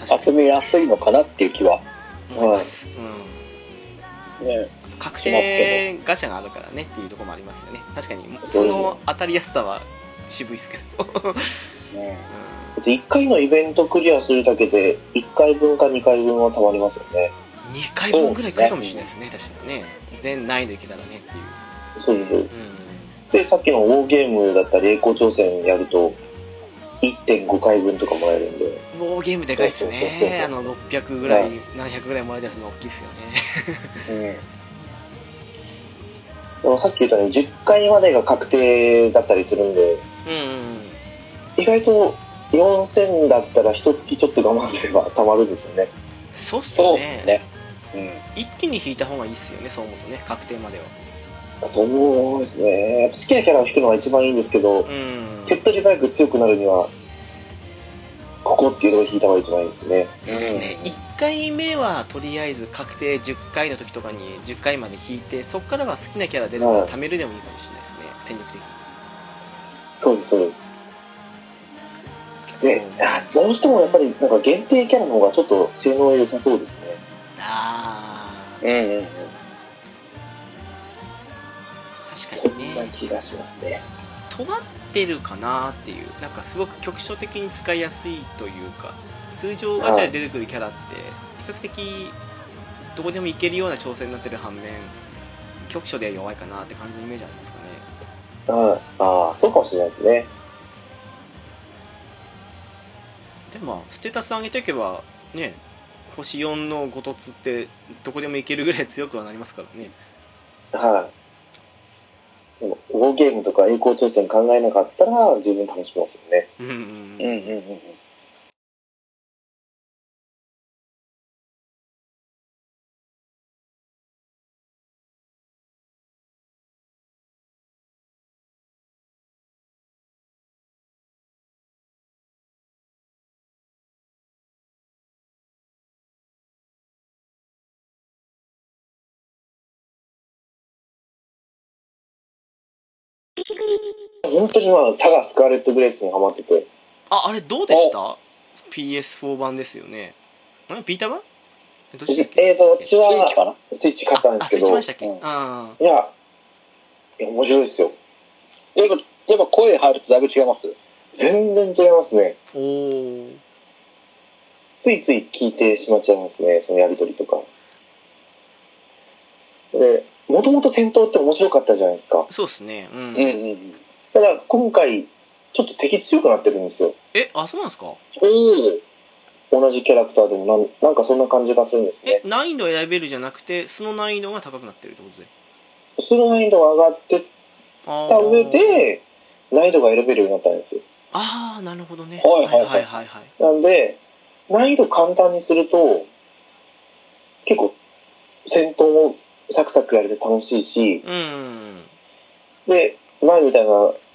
S1: 確か
S2: 集
S1: に
S2: めやすいのかなっていう気は。
S1: 思います、うん
S2: ね、
S1: 確定ガシャがあるからねっていうところもありますよね確かにその当たりやすさは渋いですけど、うん
S2: ね
S3: 1回のイベントクリアするだけで、1回分か2回分はたまりますよね。
S1: 2回分ぐらい来るかもしれないですね確かにね全難易度いけたらねっていう
S3: そうです。
S1: う
S3: で、さっきのウォーゲームだったり、栄光挑戦やると、1.5回分とかもらえるんで、
S1: んウォーゲームでかいっす
S3: そうそうそう
S1: ね
S3: そう
S1: あの600ぐらい700ぐらいもらえたやつの大きいっすよね
S3: でもさっき言ったように10回までが確定だったりするんで、
S1: うん
S3: 意外と4000だったら一月ちょっと我慢すればたまるんですよね。
S1: そうっす
S2: そう
S1: ね
S2: ね。
S1: 一気に引いた方がいいっすよねそう思うとね確定までは
S3: そうですね。やっぱ好きなキャラを引くのが一番いいんですけど
S1: う、ん
S3: 手っ取り早く強くなるには、ここっていうのを引いた方が一番いいですね。
S1: そうですね、1回目はとりあえず確定10回の時とかに10回まで引いてそこからは好きなキャラ出るから
S3: はい
S1: 貯めるでもいいかもしれないですね戦力的に
S3: そうです、そうです。で
S1: う、ん
S3: あどうしてもやっぱりなんか限定キャラの方がちょっと性能良さそうですね。
S1: あー
S2: うん。うんうん。
S1: 確
S3: そ
S1: かに
S3: んな
S1: ね
S3: 気がしますね。
S1: 尖ってるかなっていうなんかすごく局所的に使いやすいというか通常ガチャで出てくるキャラって比較的どこでもいけるような調整になってる反面局所で弱いかなって感じのイメージありますかね
S3: ああー、そうかもしれないですね。
S1: でもまあステータス上げていけばね星4のごとつってどこでもいけるぐらい強くはなりますからね
S3: はい。でも、ウォーゲームとか栄光挑戦考えなかったら十分楽しめますよね。
S1: うんうんうん
S2: うんうんうんうん。
S3: 本当にまあ、サガ・スカーレット・グレースにハマってて、
S1: ああれどうでした PS4 版ですよねあれビータ版えどっちだっけ
S3: えーと私
S2: スイ
S3: は
S2: ッチかな
S3: スイッチ買ったん
S1: あ
S3: で
S1: あ
S3: す
S1: ス
S3: け
S1: イッチ
S3: ど、
S1: 版でしたっけ、
S2: うん
S1: あ
S3: いや、いや面白いですよ。
S2: やっぱ、やっぱ声入るとだいぶ違います
S3: 全然違いますね。
S1: ーおー
S3: ついつい聞いてしまっちゃいますね、そのやりとりとか。で、もともと戦闘って面白かったじゃないですか。
S1: そうっすねうん、
S2: うんうんうん。
S3: ただ、今回、ちょっと敵強くなってるんですよ。
S1: えあそうなんですか
S2: おお。
S3: 同じキャラクターでもなん、なんかそんな感じがするんですね
S1: え。難易度を選べるじゃなくて素の難易度が高くなってるってことで
S3: その難易度が上がってっ
S1: あ
S3: た
S1: ー
S3: 上で、難易度が選べるようになったんですよ。
S1: あーなるほどね
S2: はいはいはい
S1: はいはいはい
S3: なんで、難易度簡単にすると、結構、戦闘もサクサクやれて楽しいし、
S1: うん
S3: で、前みたいな、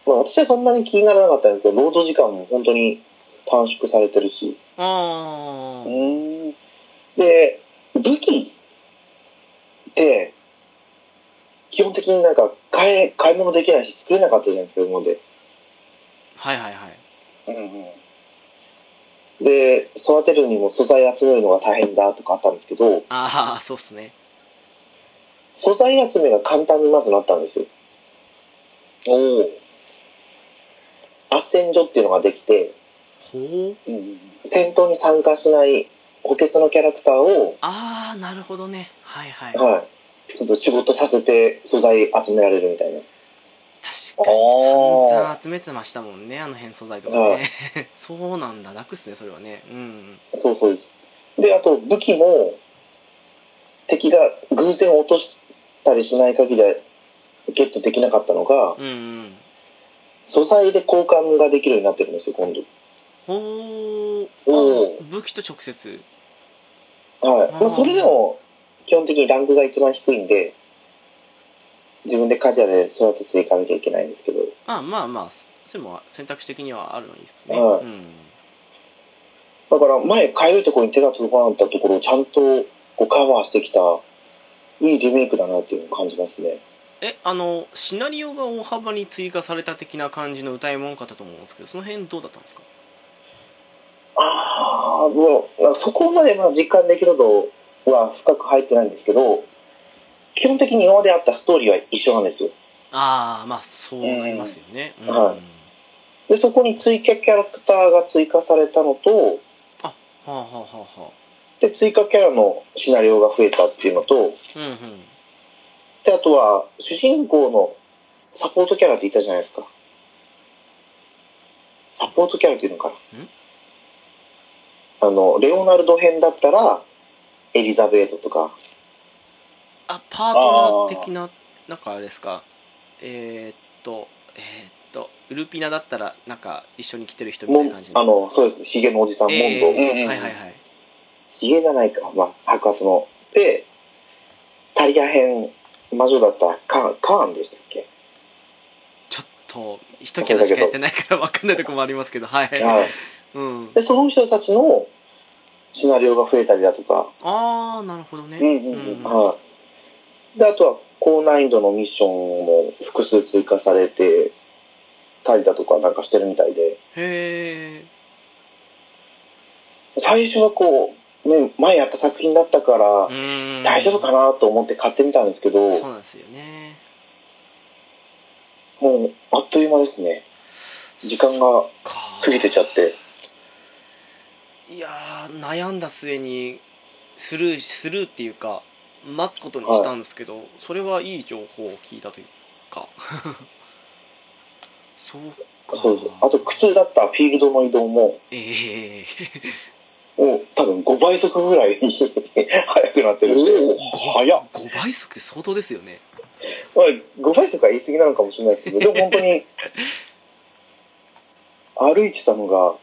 S3: まあ、私はそんなに気にならなかったんですけど、ロード時間も本当に短縮されてるし、
S1: ああ
S2: うーん。
S3: で、武器って、基本的になんか買え、買い物できないし作れなかったじゃないですか、今まで。
S1: はいはいはい
S2: うんうん。
S3: で、育てるにも素材集めるのが大変だとかあったんですけど、
S1: ああそうっすね
S3: 素材集めが簡単にまずなったんですよ。
S2: おお。
S3: 斡旋所っていうのができて、
S1: ほう
S2: うんうんうん。
S3: 戦闘に参加しない補欠のキャラクターを、
S1: ああなるほどねはいはい確か
S3: はい、ちょっと仕事させて素材集められるみたいな。
S1: に散
S2: あ
S1: 々集めてましたもん ねあの辺素材とかねそうなんだ楽っすねそれはねうん
S3: そうそうです。で、あと武器も、敵が偶然落としたりしない限りはゲットできなかったのが、
S1: うんうん
S3: 素材で交換ができるようになってるんですよ、今度。
S1: ほー
S3: お
S1: あ武器と直接
S3: はい。
S1: あ
S3: ま
S1: ー
S3: あ、それでも、基本的にランクが一番低いんで、自分で鍛冶屋で育てていかなきゃいけないんですけど、
S1: あまあまあそそれも選択肢的にはあるのにいいっすね、
S3: はい
S1: うん
S3: だから前、かゆいところに手が届かなかったところをちゃんとこうカバーしてきた、いいリメイクだなっていうのを感じますね。
S1: えあのシナリオが大幅に追加された的な感じの歌い物かだと思うんですけどその辺どうだったんですか
S3: ああ、もう、そこまでまあ実感できるほどは深く入ってないんですけど、基本的に今まであったストーリーは一緒なんですよ。
S1: ああまあそうなりますよね、うん
S3: はいで、そこに追加キャラクターが追加されたのと、
S1: はあはあはあは
S3: で、追加キャラのシナリオが増えたっていうのと、
S1: あうんうん
S3: で、あとは、主人公のサポートキャラっていたじゃないですか。サポートキャラっていうのかな。あの、レオナルド編だったら、エリザベートとか、
S1: あパートナー的ななんかあれですかえー、っとえー、っとウルピナだったらなんか一緒に来てる人みた
S3: モ
S1: い
S3: ン
S1: な感じ
S3: あの、そうです、ヒゲのおじさん、モンド。
S1: えー
S2: うんうん
S1: はいはいはい
S3: ヒゲじゃないか、まあ、白髪の。で、タリア編、魔女だったらカーン、カーンでしたっけ
S1: ちょっと一キャラしかやってないから分かんないとこもありますけどはい、
S3: はい。
S1: うん、
S3: で、その人たちのシナリオが増えたりだとか、
S1: ああなるほどね、
S2: うんうん
S1: うんうん
S3: はい。で、あとは高難易度のミッションも複数追加されてたりだとかなんかしてるみたいで、
S1: へえ
S3: 最初はこう、ね、前やった作品だったから、大
S1: 大
S3: 丈夫かなと思って買ってみたんですけど、
S1: そうなんですよね
S3: もうあっという間ですね。時間が
S1: か
S3: 過ぎてちゃって。
S1: いやー悩んだ末にスルースルーっていうか待つことにしたんですけど、それはいい情報を聞いたというか そうか
S3: そうです。あと、苦痛だったフィールドの移動も、
S1: ええ
S3: もう多分5倍速ぐらい 速くなってるんで、
S2: 早っ
S1: 5倍速って相当ですよね
S3: まあ、5倍速は言い過ぎなのかもしれないですけど、でも本当に、歩いてたのが、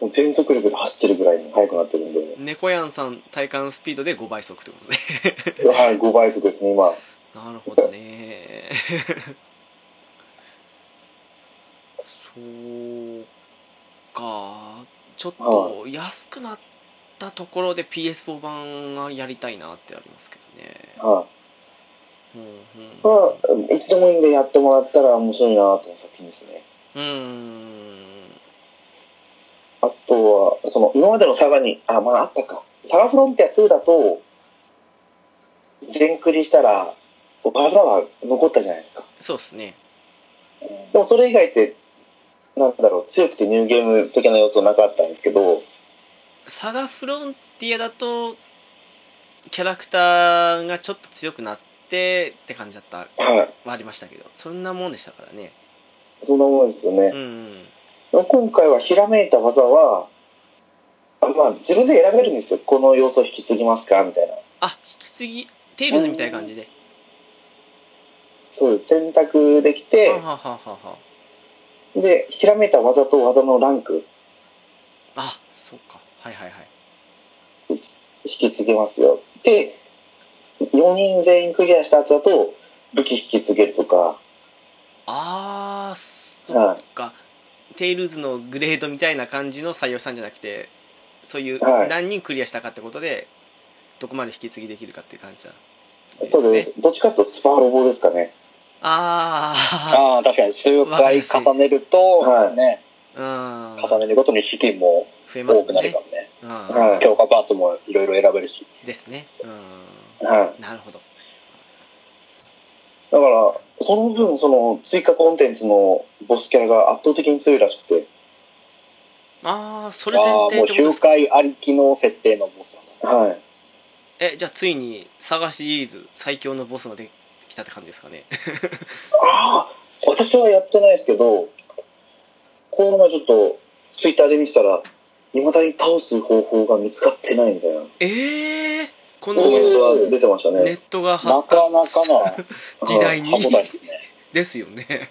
S3: もう全速力で走ってるぐらいに速くなってるんで、
S1: 猫やんさん体感スピードで5倍速ってことです ね
S3: はい、5倍速ですね、今。
S1: なるほどね そうかちょっと安くなったところで PS4 版がやりたいなってありますけどね
S3: は
S1: うん
S3: い。まあ、いつでもいいんでやってもらったら面白いなと思う作品ですね。
S1: うん
S3: あとは、その、今までのサガに、あ、まああったか。サガフロンティア2だと、全クリしたら、バズラが残ったじゃないですか。
S1: そうですね
S3: でもそれ以外って、なんだろう、強くてニューゲーム的な要素なかったんですけど、
S1: サガフロンティアだとキャラクターがちょっと強くなってって感じだった
S3: はい。
S1: はありましたけどそんなもんでしたからね
S3: そんなもんですよね
S1: う。ん
S3: でも今回はひらめいた技は、あまあ自分で選べるんですよ。この要素引き継ぎますかみたいな。
S1: あ引き継ぎテイルズみたいな感じで
S3: そうです。選択できて
S1: は、はははは
S3: で、ひらめいた技と技のランク
S1: あそうかはいはいはい
S3: 引き継ぎますよ。で、4人全員クリアした後だと、武器引き継げるとか、
S1: あーそ
S3: は
S1: っかテイルズのグレードみたいな感じの採用したんじゃなくてそういう
S3: はい
S1: 何人クリアしたかってことでどこまで引き継ぎできるかっていう感じだ
S3: い。そうです。どっちかというとスパロボですかね。
S1: ああ
S2: ああ、確かに、周回重ねると、
S3: はい
S2: ね、
S1: うん
S2: 重ねるごとに資金も
S1: 増えます
S2: 多
S1: ね
S2: くなるからね。
S1: うん
S3: はい。
S2: 強化パーツもいろいろ選べるし。
S1: ですねう
S3: はい。
S1: んなるほど
S3: だから、その分、その追加コンテンツのボスキャラが圧倒的に強いらしくて、
S1: ああそれ前
S2: ああ、
S1: 提
S2: も
S1: ってこ
S2: う
S1: とで
S2: 周
S1: すか
S2: 回ありきの設定のボスなんだね。
S3: はい。
S1: えじゃあついに探しシリーズ最強のボスができたって感じですかね
S3: ああ、私はやってないですけど、この前ちょっと、ツイッターで見てたら、未だに倒す方法が見つかってないみたいな
S1: ええこの
S3: コメントは出てました
S1: ネッ
S3: ね。
S1: トが
S2: な
S1: 発
S2: かな
S1: 達
S2: かな
S1: 時代に
S2: うん歯応えですね。
S1: ですよね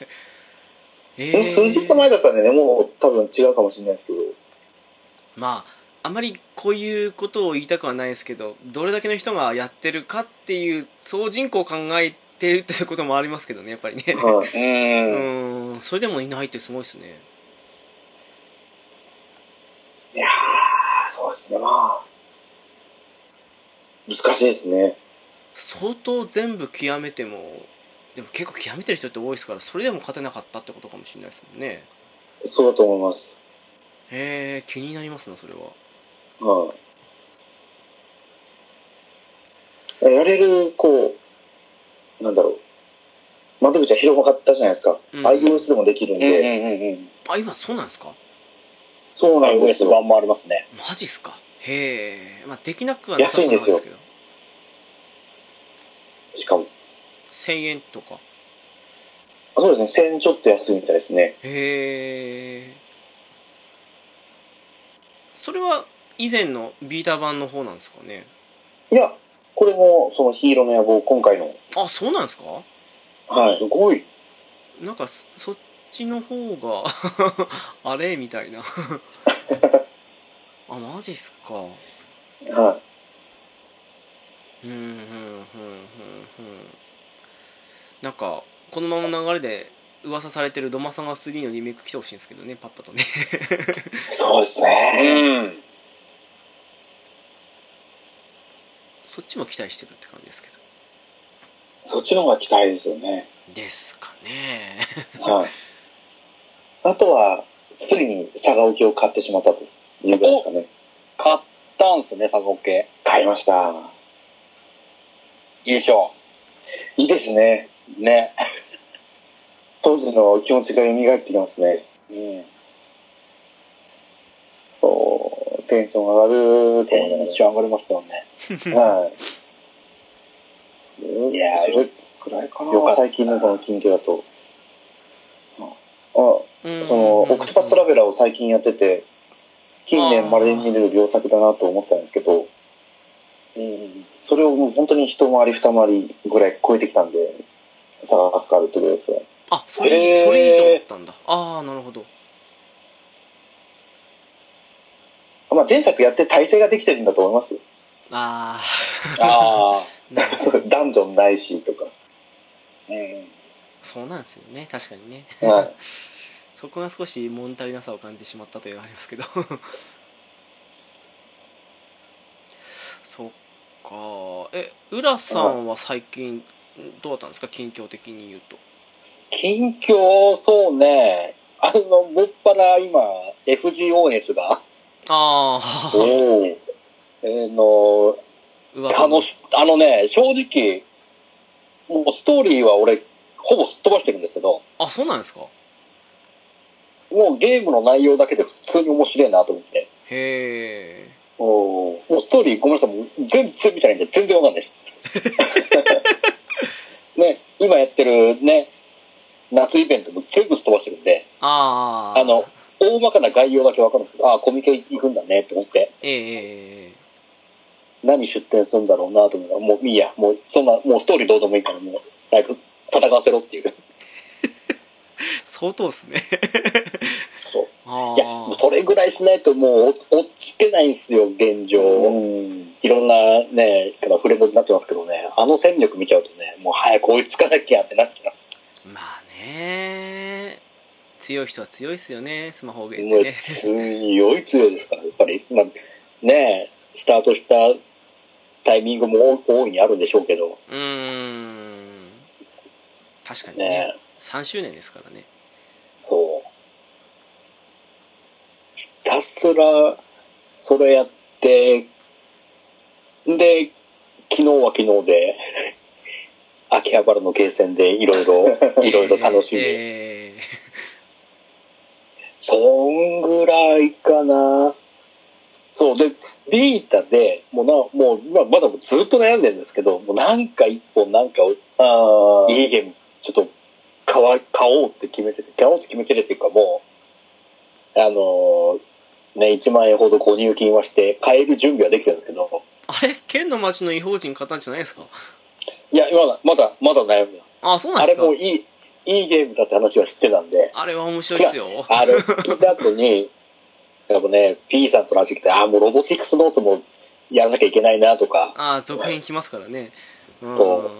S1: え
S3: もう数日前だったんでね、もう多分違うかもしれないですけど。
S1: まああまりこういうことを言いたくはないですけどどれだけの人がやってるかっていう総人口を考えてるってこともありますけどねやっぱりね、
S3: はい。
S1: う
S2: うん。
S1: ーんそれでもいないってすごいですね
S3: いやー、そうですね、まあ。難しいですね。
S1: 相当全部極めてもでも結構極めてる人って多いですからそれでも勝てなかったってことかもしれないですもんね
S3: そうだと思います。
S1: へえ気になりますなそれは
S3: はい。やれる、こう、なんだろう。窓口は広がったじゃないですか。
S1: うん
S3: iOS でもできるん
S2: うんうん
S3: で。
S2: うんうん。
S1: あ今そうなんですか
S3: そうなんです
S2: iOS
S3: よ。
S2: 版もありますね。
S1: マジっすかへえまあできなくはなさそうなんです
S3: 安
S1: けど
S3: しかも。
S1: 1000円とか
S3: あそうですね、1000ちょっと安いみたいですね。
S1: へえそれは以前のビータ版の方なんですかね
S3: いや、これも、そのヒーローの野望、今回の。
S1: あそうなんですか
S3: はい。
S2: すごい。
S1: なんかそそっちの方が あれみ たいなあマジっすか
S3: は
S1: うんうんうんうんうんなんかこのままの流れで噂されてる「ドマサガ3」のリメイク来てほしいんですけどねパッパとね
S3: い。そうですね。
S2: ん。
S1: そっちも期待してるって感じですけど
S3: そっちの方が期待ですよね。
S1: ですかね
S3: はい。あとは、ついに佐賀沖を買ってしまったというぐらいですかね。
S2: 買ったんすね、佐賀系。
S3: 買いました。
S2: 優勝。
S3: いいですね。
S2: ね。
S3: 当時の気持ちが蘇ってきますね。
S2: うん。
S3: そうテンション上がると思い
S2: テ
S3: ま
S2: ン
S3: す
S2: ション上がりますよね。
S3: はい。
S2: いやー
S3: それ
S2: くらいか
S3: よか
S2: よ
S3: 最近のこの近況だと。あ、
S1: うん
S3: その、オクトパストラベラーを最近やってて、近年まれに見れる良作だなと思ったんですけど、うん、それをもう本当に一回り二回りぐらい超えてきたんで、探すかあるってことですね。
S1: あそれ、
S2: えー
S1: それ以上だったんだああなるほど
S3: まあ、前作やって体制ができてるんだと思いますよ。
S1: あ
S2: ああ。
S1: あなるほど
S3: そうダンジョンないしとか。
S2: うん。
S1: そうなんですよね確かにね
S3: はい
S1: そこが少し物足りなさを感じてしまったというのがありますけど そっかえ浦さんは最近どうだったんですか近況的に言うと
S2: 近況、そうね。あの、もっぱら今、FGO 熱が、
S1: あ あ
S3: おー
S2: えーの、楽し、あのね、正直、もうストーリーは俺、ほぼすっ飛ばしてるんですけど、
S1: あそうなんですか
S2: もうゲームの内容だけで普通に面白いなと思って、
S1: へえ
S3: おー
S2: もうストーリーごめんなさい、もう全然見たいんで全然わかんないです。 ね、今やってるね、夏イベントも全部すっ飛ばしてるんで、
S1: ああ
S2: あの、大まかな概要だけわかるんですけど、ああ、コミケ行くんだねって思って、
S1: ええええ
S2: 何出店するんだろうなと思ったら、もういいや、もうそんな、もうストーリーどうでもいいから、もう、早く戦わせろっていう。
S1: ええ相当ですね
S2: そう
S1: あ
S2: いや、
S1: あ
S2: もうそれぐらいしないともうお落ちてないんですよ、現状。
S3: うん。
S2: いろんなね、からフレンドになってますけどね、あの戦力見ちゃうとね、もう早く追いつかなきゃってなっちゃ
S1: まあね強い人は強いですよねスマホゲ
S2: う。
S1: ー
S2: も
S1: ム
S2: う
S1: ね
S2: 強い強いですから、やっぱり、まあ、ね、スタートしたタイミングも大大いにあるんでしょうけど、
S1: うーん確かにね
S2: ね、
S1: 3周年ですからね
S2: そう。ひたすら、それやって、で、昨日は昨日で、 秋葉原のゲーセンでいろいろ、いろいろ楽しんで、
S1: え
S2: そんぐらいかな。そう、で、ビータで、もうな、もう、今まだずっと悩んでるんですけど、もうなんか一本なんか、
S3: あ
S2: いいゲーム、ちょっと買わ、買おうって決めてて、買おうって決めてるっていうかもう、あのーね、1万円ほど購入金はして、買える準備はできてるんですけど、
S1: あれ県の町の異邦人買ったんじゃないですか
S2: いや、今だ、まだ、まだ悩みます。
S1: あそうなん
S2: あ
S1: で
S2: れ
S1: すか
S2: もいい、いいゲームだって話は知ってたんで、
S1: あれは面白いですよ
S2: あれ聞いた後に、やっぱね、P さんと話してきて、ああ、もうロボティクスノートもやらなきゃいけないなとか、
S1: あー続編来ますからねうん
S2: そ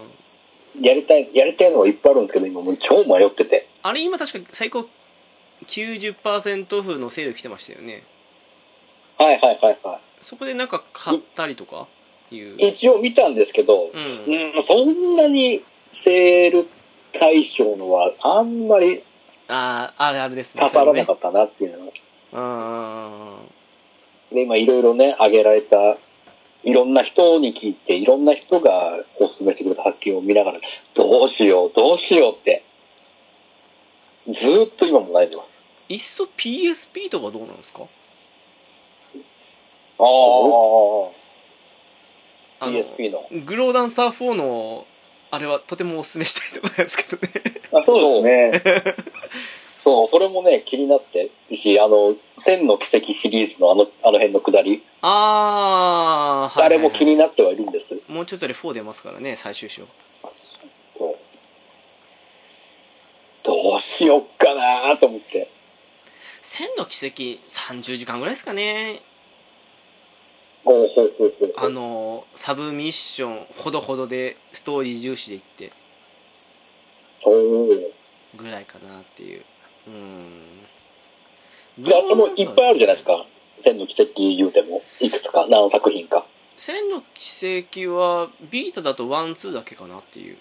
S2: うやりたい、やりたいのはいっぱいあるんですけど、今もう超迷ってて。
S1: あれ今確か最高90%オフのセール来てましたよね
S2: はいはいはいは
S1: そこでなんか買ったりとかいう
S2: い。一応見たんですけど、
S1: うん
S2: うん、そんなにセール対象のはあんまり
S1: あああれあれですね
S2: 刺さらなかったなっていうのが
S1: それもね
S2: で今いろいろね挙げられたいろんな人に聞いていろんな人がおすすめしてくれた発見を見ながらどうしようどうしようってずーっと今も悩んでます
S1: うんいっそ PSP とかどうなんですか
S2: ああ
S1: あの
S2: PSP の
S1: グローダンサー4のあれはとてもおすすめしたいところなんですけど ね
S3: あ、そうですね。
S2: そうそれもね気になってるしあの「千の奇跡」シリーズのあのあの辺のくだり
S1: ああ、
S2: あれも気になってはいるんです
S1: もうちょっとで4出ますからね最終章
S2: そうどうしよっかなと思って
S1: 千の奇跡30時間ぐらいですかね
S2: ほうほうほうほう
S1: あのサブミッションほどほどでストーリー重視でいって
S2: ほう
S1: ぐらいかなっていううん
S2: いや、もういっぱいあるじゃないですか。千の奇跡言うても、いくつか、何作品か。
S1: 千の奇跡はビータだとワンツーだけかなっていう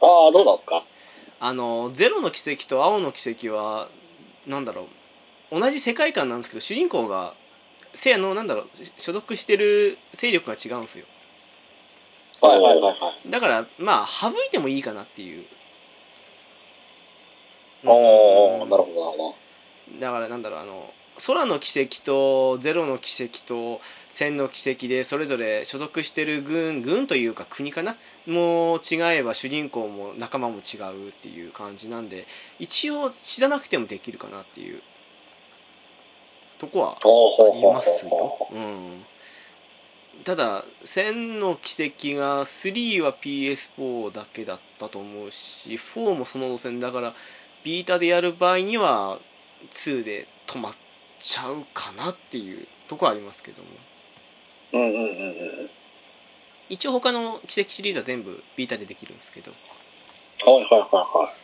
S2: ああ、どうなんですか
S1: あのゼロの奇跡と青の奇跡はなんだろう同じ世界観なんですけど主人公がせのなんだろう所属してる勢力が違うんですよ
S2: はいはいはいはい。
S1: だからまあ省いてもいいかなっていう
S2: ああ、な
S1: ど
S2: るほどなるほ
S1: だからなんだろうあの空の奇跡とゼロの奇跡と千の奇跡でそれぞれ所属してる軍軍というか国かなもう違えば主人公も仲間も違うっていう感じなんで一応知らなくてもできるかなっていうとこは
S2: ど。ほうほう
S1: あ
S2: ほ
S1: り
S2: う
S1: ますよ
S2: ほ、
S1: うん、ただ「千の奇跡」が3は PS4 だけだったと思うし4もその路線だからビータでやる場合には2で止まっちゃうかなっていうとこはありますけども
S2: う。うんうんうんうん。
S1: 一応他の奇跡シリーズは全部ビータでできるんですけど
S2: はいはいはいはい。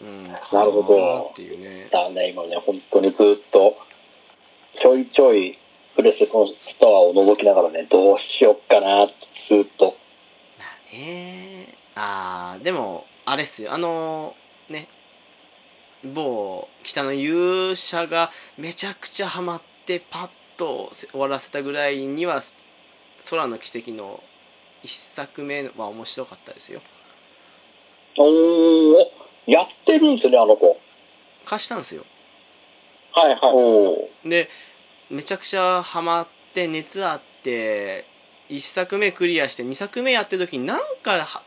S1: うん
S2: なるほど
S1: かなっていうね
S2: だね、今ね、本当にずっと、ちょいちょい、プレステのストアを覗きながらね、どうしよっかなって、ずっと。
S1: まあねあーでもあれっすよあのね某北の勇者がめちゃくちゃハマってパッとせ終わらせたぐらいには「空の奇跡」の一作目は面白かったですよ
S2: おー、やってるんですね、あの子。
S1: 貸したんですよ
S2: はいはい。おー。
S1: でめちゃくちゃハマって熱あって1作目クリアして2作目やってる時になんかは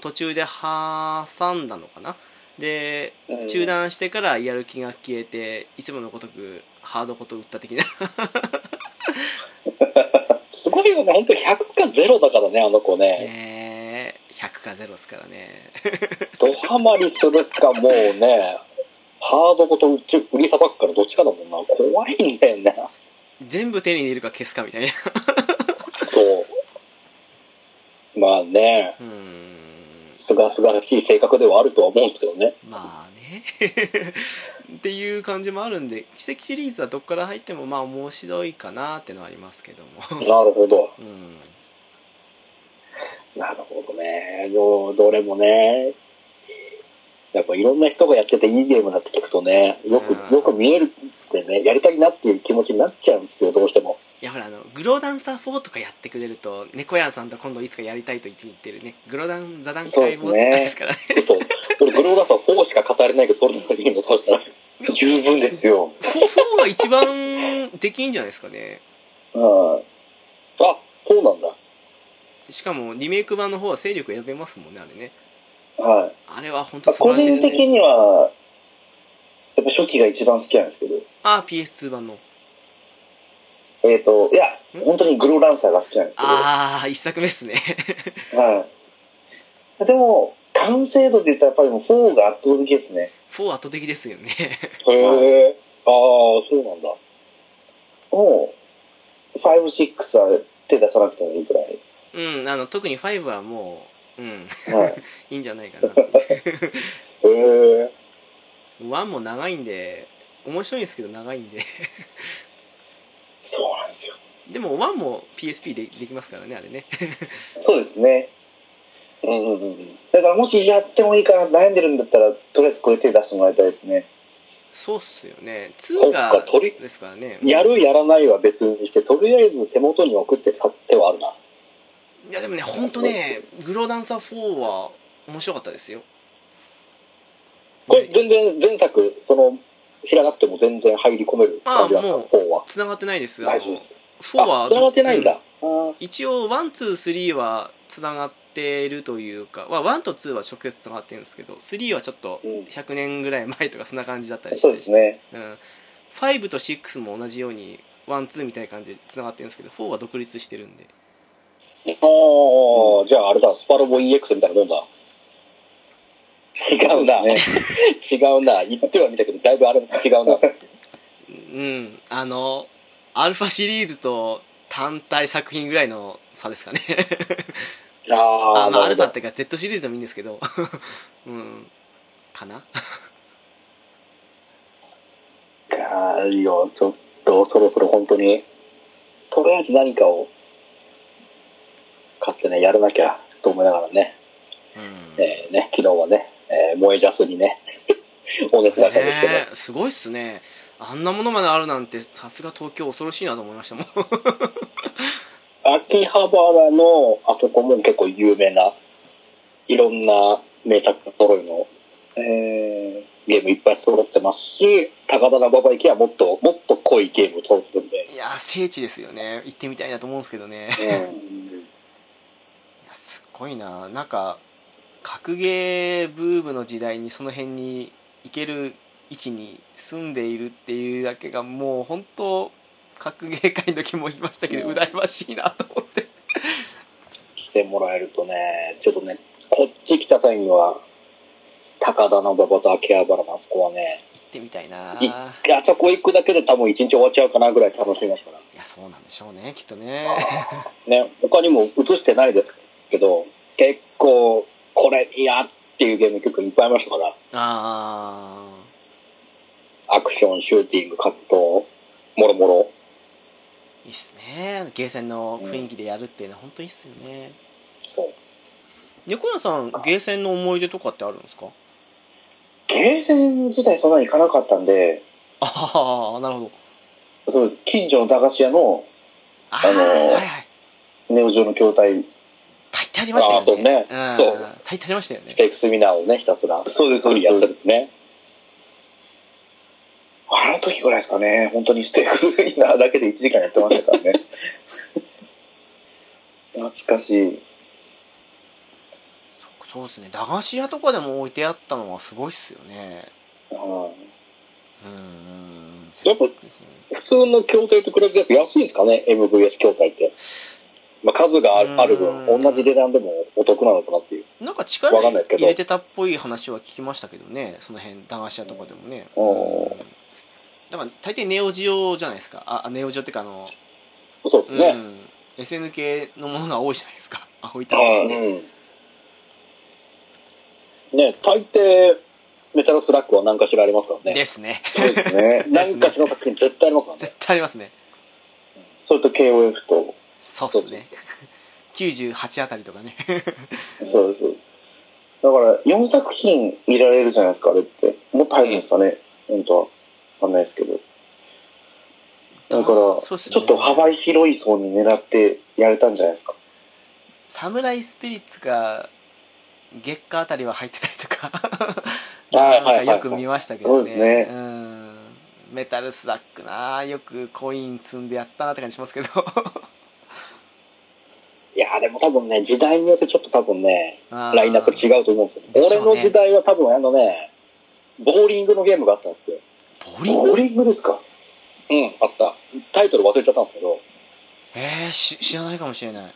S1: 途中で挟んだのかなで
S2: うん
S1: 中断してからやる気が消えていつものごとくハードこと打った 的な
S2: すごいよね、本当100か0だからね、あの子ね。
S1: ねえ100か0ですからね
S2: ドハマりするかもうね、ハードごと売っち売りさばくからどっちかだもんな。怖いんだよね。
S1: 全部手に入れるか消すかみたいな
S2: そう。まあね、
S1: うーん
S2: すがすがしい性格ではあるとは思うんですけどね。
S1: まあね っていう感じもあるんで奇跡シリーズはどっから入ってもまあ面白いかなってのはありますけども
S2: なるほど。
S1: うん
S2: なるほどね。どうどれもね、やっぱいろんな人がやってていいゲームだって聞くとね、よ
S1: うん
S2: く、よく見えるってね、やりたいなっていう気持ちになっちゃうんですけど、どうしても。
S1: いやほらあのグローダンサー4とかやってくれると猫やんさんと今度いつかやりたいと言って言ってるねグローダン座談会もですからね
S2: そう。俺、グローダスは4しか語れないけど、それなりにもそうしたら
S3: 十分ですよ。
S1: 4が一番できんじゃないですかね
S2: うんあ、そうなんだ。
S1: しかもリメイク版の方は勢力選べますもんねあれね
S3: はい。
S1: あれは本当
S3: まあ
S1: 素晴
S3: 個
S1: らしいで
S3: 人
S1: すね
S3: 的には、やっぱ初期が一番好きなんですけど、
S1: あ PS2 版の
S3: えっ、と、いや
S1: ん、
S3: 本当にグローランサーが好きなんですけど、
S1: ああ一作目 ですね
S3: はい。でも、完成度で言ったらやっぱりもう4が圧倒的ですね。
S1: 4圧倒的ですよね
S3: へ
S2: え。ああ、そうなんだ。
S3: もう、5、6は手出さなくてもいいくらい。
S1: うんあの特に5はもううん
S3: はい。
S1: いいんじゃないかなって
S2: へえ。
S1: 1も長いんで面白いんですけど長いんで
S3: そうなんですよ。
S1: でも1も PSP でできますからねあれね
S3: そうですね。
S2: うんうんうん。
S3: だからもしやってもいいかな悩んでるんだったら、とりあえずこれ手出してもらいたいですね。
S1: そうっすよね2が
S2: そっか取り
S1: ですからね
S2: やるやらないは別にして、とりあえず手元に送って去ってはあるな。
S1: いやでもね本当ねグローダンサー4は面白かったですよ
S2: これ全然前作、その、知らなくても全然入り込める感じだった、
S1: ああもう
S2: 本は。
S1: 繋がってないです
S2: 大丈夫です。
S1: 4は
S2: あ、繋がってないんだ。あ
S1: 一応123はつながってるというか、まあ、1と2は直接つながってるんですけど3はちょっと
S3: うん
S1: 100年ぐらい前とかそんな感じだったりして
S3: そうですね。
S1: うん、5と6も同じように12みたいな感じでつながってるんですけど4は独立してるんで
S2: あ、じゃああれだ、スパロボ EX みたいなもんだ。
S3: 違うな。
S2: 違うな。言ってはみたけど、だいぶあれも違うな。
S1: うんあのアルファシリーズと単体作品ぐらいの差ですかね
S2: あ
S1: あ まあアルファっ
S2: って
S1: いうか Z シリーズでもいいんですけど うんかな
S3: かいよ、ちょっと、そろそろ本当に、とりあえず何かを、
S2: 買ってね、やらなきゃと思いながらね、
S1: うん
S2: えーね、昨日はね、えー燃えジャスにね、 お熱があったんですけど、
S1: ねえすごいっすねあんなものまであるなんてさすが東京恐ろしいなと思いましたもん
S2: 秋葉原のあそこも結構有名ないろんな名作揃いの、えーゲームいっぱい揃ってますし高田馬場行きはもっともっと濃いゲーム揃ってるんで、
S1: いやー聖地ですよね行ってみたいなと思うんですけどねいやすっごいななんか格ゲーブームの時代にその辺に行ける位置に住んでいるっていうだけがもう本当格ゲー界の時も言いましたけど、
S2: うん
S1: 羨ましいなと思って
S2: 来てもらえるとねちょっとねこっち来た際には高田馬場と秋葉原のあそこはね
S1: 行ってみたいないい
S2: あそこ行くだけで多分一日終わっちゃうかなぐらい楽しみ ますから
S1: やそうなんでしょうねきっとね
S2: ね、他にも映してないですけど、結構、これ、いやっていうゲーム結構いっぱいありましたから、
S1: ああ
S2: アクション、シューティング、格闘、もろもろ。
S1: いいっすねゲーセンの雰囲気でやるっていうのは本当いいっすよね
S2: そう
S1: 猫屋さんゲーセンの思い出とかってあるんですか
S3: ゲーセン自体そんなに行かなかったんで、
S1: ああなるほど
S3: そう近所の駄菓子屋の
S1: あー、
S3: あのー
S1: はいはい
S3: ネオジオの筐体、
S1: 大体ありましたよね
S2: あそうね
S1: ん
S2: そう
S1: 大体ありましたよね
S2: ステークスミナーをね、ひたすら、
S3: そうですそうで
S2: クリ
S3: す
S2: アするってね。
S3: あの時ぐらいですかね、本当にステークスウィナーだけで1時間やってましたからね。 懐かしい。
S1: そそうですね駄菓子屋とかでも置いてあったのはすごいっすよね
S3: うん
S1: うんうん
S2: やっぱ
S1: ですね
S2: 普通の筐体と比べてやっぱ安いんですかね、MVS 筐体って。まあ、数があ
S1: う
S2: る
S1: ん
S2: ある分、同じ値段でもお得なのかなっていう。
S1: なんか力
S2: わかんないですけど
S1: 入れてたっぽい話は聞きましたけどねその辺駄菓子屋とかでもね
S2: おー
S1: うんだから大抵ネオジオじゃないですかああネオジオっていうかあの
S2: そうです
S1: う
S2: ね。
S1: ん、SN 系のものが多いじゃないですかあ置いてあ
S2: は
S1: る
S2: い
S1: ね
S2: うん。ね、大抵、メタルスラックは何かしらありますからね。
S1: ですね
S3: そうですね。
S2: 何かしらの作品絶対ありますからね。
S1: 絶対ありますね
S3: それと KOF と、
S1: そうですね98あたりとかね
S3: そうです。だから4作品見られるじゃないですか、あれって。もっと入るんですかね、本当は。わかんないですけど。だから、
S1: そうすね
S3: ちょっと幅広い層に狙ってやれたんじゃないですか。
S1: サムライスピリッツが月下あたりは入ってたりとか
S2: はいはいはい
S1: なんかよく見ましたけどね
S3: そうですね
S1: うんメタルスラックなよくコイン積んでやったなって感じしますけど
S2: いやーでも多分ね、時代によってちょっと多分ね、
S1: ラ
S2: ラインナップ違うと思うんですよ。
S1: でしょうね
S2: 俺の時代は多分あのね、ボーリングのゲームがあったんですよ。
S1: ボーリン
S3: ボー
S1: グ
S3: リングですか
S2: うん、あった。タイトル忘れちゃったんですけど、
S1: えー、し知らないかもしれない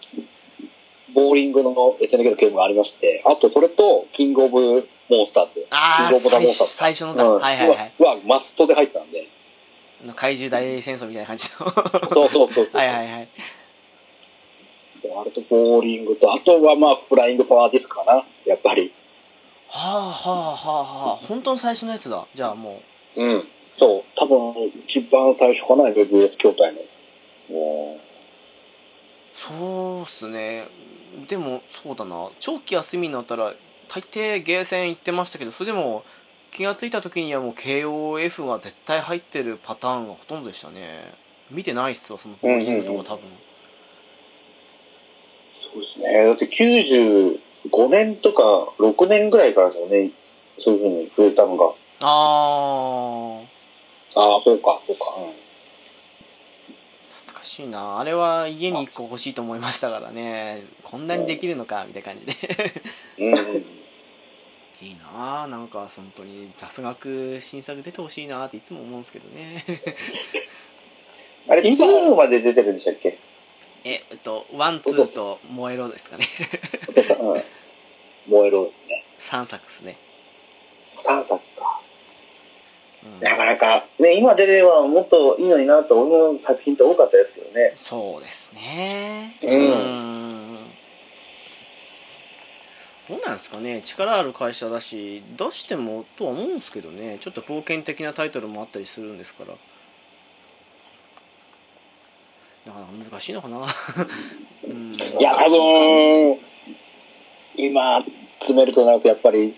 S2: ボーリングの SNK のゲームがありまして、あとそれと、キングオブモンスターズ。
S1: あ
S2: キ
S1: あ
S2: ングオブザ
S1: 最
S2: モンスターズ。
S1: 最初のだ、はいはいはい
S2: は、はマストで入ってたんで。
S1: あの怪獣大戦争みたいな感じの
S2: そうそうそうそう。
S1: はいはいはい
S2: あれとボーリングと、あとはまあ、フライングパワーディスクかな、やっぱり。
S1: はあはあはあはあ本当の最初のやつだじゃあも
S2: うん。そう、多分、一番最初かな、MBS 筐体の。も
S1: うそうっすねでもそうだな長期休みになったら大抵ゲーセン行ってましたけどそれでも気がついた時にはもう KOF が絶対入ってるパターンがほとんどでしたね見てないっすわそのボーリングとか多分、
S2: うそうです
S3: ねえだって95年とか6年ぐらいからですよね、そういうふうに増えたのが。
S1: ああ
S2: ああ、そうか、そうか。うん
S1: 懐かしいなあれは家に1個欲しいと思いましたからねこんなにできるのかみたいな感じで
S2: うん。
S1: いいなあなんか本当に雑学新作出てほしいなっていつも思うんですけどね
S3: あれ、2まで出てるんでしたっけ
S1: ええっとワンツーと「燃えろ」ですかね
S2: そうか、うん。燃えろ。
S1: 3作ですね、
S3: ?3 作か。
S1: うん
S3: なかなか、ね、今出ればもっといいのになと、俺の作品って多かったですけどね。
S1: そうですね
S3: う
S1: うんんどうなんですかね力ある会社だし出してもとは思うんですけどねちょっと冒険的なタイトルもあったりするんですからなかなか難しいのかなうん
S2: いや、多分、今、詰めるとなると、やっぱり、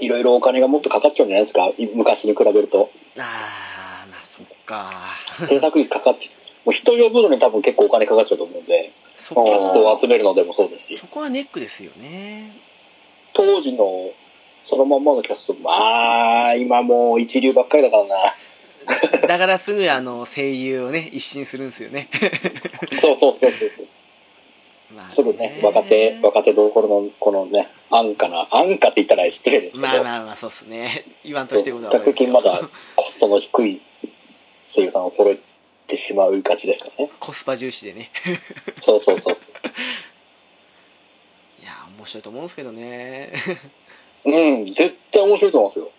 S2: いろいろお金がもっとかかっちゃうんじゃないですか、い昔に比べ ると。
S1: あーまあそっか
S2: 制作費かかって、もう人呼ぶのに多分結構お金かかっちゃうと思うんで、
S1: そ
S2: キ
S1: こ
S2: ャスト
S1: は
S2: を集めるのでもそうですし、
S1: そこはネックですよね
S2: 当時のそのまんまのキャスト、まあ、今もう一流ばっかりだからな。
S1: だからすぐあの声優をね一新するんですよね
S2: そうそうそうそう。
S1: まあ
S2: すぐね、若手、若手どころの、このね、安価な、安価って言ったら失礼ですけど、
S1: まあまあまあそうっすね言わんとしてることは
S2: 比較的
S1: わ
S2: ま
S1: かり
S2: だコストの低い声優さんを揃えてしまうがちですかね
S1: す。コスパ重視でね
S2: そうそうそう。
S1: いや面白いと思うんですけどね
S2: うん、絶対面白いと思いますよ。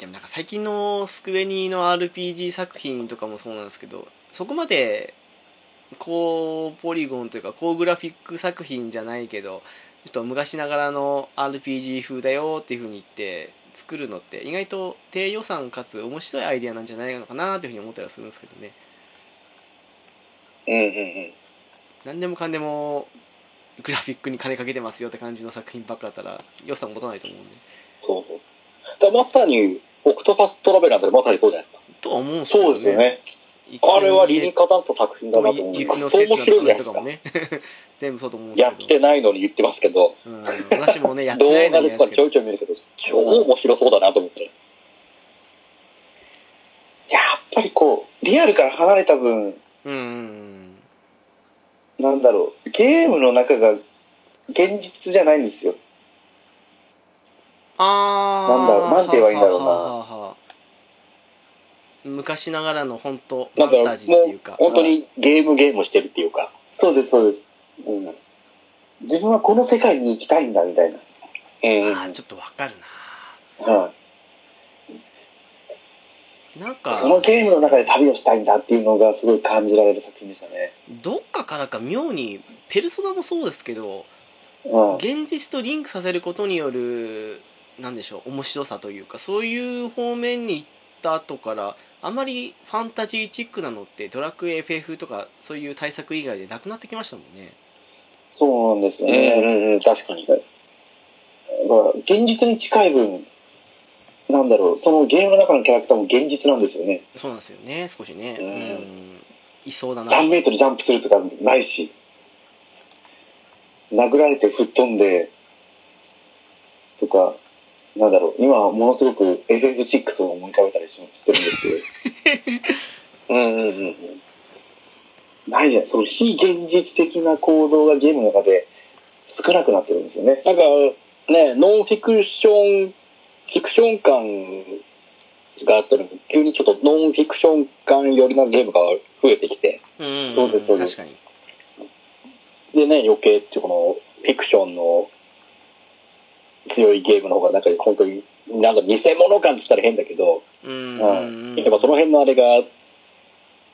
S1: でもなんか最近のスクエニの RPG 作品とかもそうなんですけどそこまで高ポリゴンというか高グラフィック作品じゃないけどちょっと昔ながらの RPG 風だよっていうふうに言って作るのって意外と低予算かつ面白いアイデアなんじゃないのかなというふうに思ったりはするんですけどね
S2: うんうんうん。
S1: 何でもかんでもグラフィックに金かけてますよって感じの作品ばっかだったら予算持たないと思うんで
S2: そうそう。だからまさに、オクトパストラベラーでまさにそうじゃないですか。
S1: とは思うんですけど
S3: そ
S1: ね
S3: うですよね。
S1: 一見
S2: あれは理にかなった作品だなと思うんです
S1: 雪の
S2: クソ
S1: せい
S2: 面白いじゃないで
S1: と
S2: す
S1: か
S2: か
S1: も。ね 全部そうと思うんで
S2: や
S1: す
S2: っ
S1: けど
S2: てないのに言ってますけど、
S1: うん、私もねやって
S2: 動
S1: ない
S2: 画
S1: のに
S2: で
S1: や
S2: と
S1: つ
S2: か
S1: け
S2: ちょ
S1: ど
S2: いちょい見るけど、超面白そうだなと思って。
S3: やっぱりこう、リアルから離れた分、
S1: うんうんうん
S3: なんだろう、ゲームの中が現実じゃないんですよ。
S1: あー
S3: なんだろうなんて言えばいいんだろうな
S1: はあはあはあはあ昔ながらの本当フ
S2: なん
S1: ァ
S2: だろ
S1: ン
S2: う、
S1: タジーってい
S2: もう
S1: うか
S2: 本当にゲームゲームしてるっていうか、
S3: そうです、そうです。
S2: うん。うん
S3: 自分はこの世界に行きたいんだ、みたいな。
S1: あ
S2: う
S1: ー
S2: ん。
S1: ちょっとわかる
S3: は
S1: ななん
S3: い。
S1: か
S3: そのゲームの中で旅をしたいんだっていうのがすごい感じられる作品でしたね。
S1: どっかからか妙にペルソナもそうですけど
S3: うん。
S1: 現実とリンクさせることによるなんでしょう面白さというかそういう方面に行った後からあまりファンタジーチックなのってドラクエ FF とかそういう対策以外でなくなってきましたもんね
S3: そうなんですよ
S2: う
S3: ね。
S2: んうんうん、確かに。
S3: だから現実に近い分、なんだろう、そのゲームの中のキャラクターも現実なんですよね。
S1: そうなんですよね少しね
S2: う
S1: うんんいそうだな
S3: 3メートルジャンプするとかないし、殴られて吹っ飛んで、とか、なんだろう、今はものすごく FF6 を思い浮かべたりししてるんです け
S2: うんうんうん。
S3: ど、ないじゃない、その非現実的な行動がゲームの中で少なくなってるんですよね。
S2: なんか、ね、ノンフィクション、フィクション感があったのに、急にちょっとノンフィクション感寄りのゲームが増えてきて、
S1: うん
S2: そうですそうで
S1: 確
S2: す
S1: かに
S2: でね、余計っていうこのフィクションの強いゲームの方が、なんか本当に、なんか偽物感って言ったら変だけど、
S1: うん
S2: うんやっぱその辺のあれが、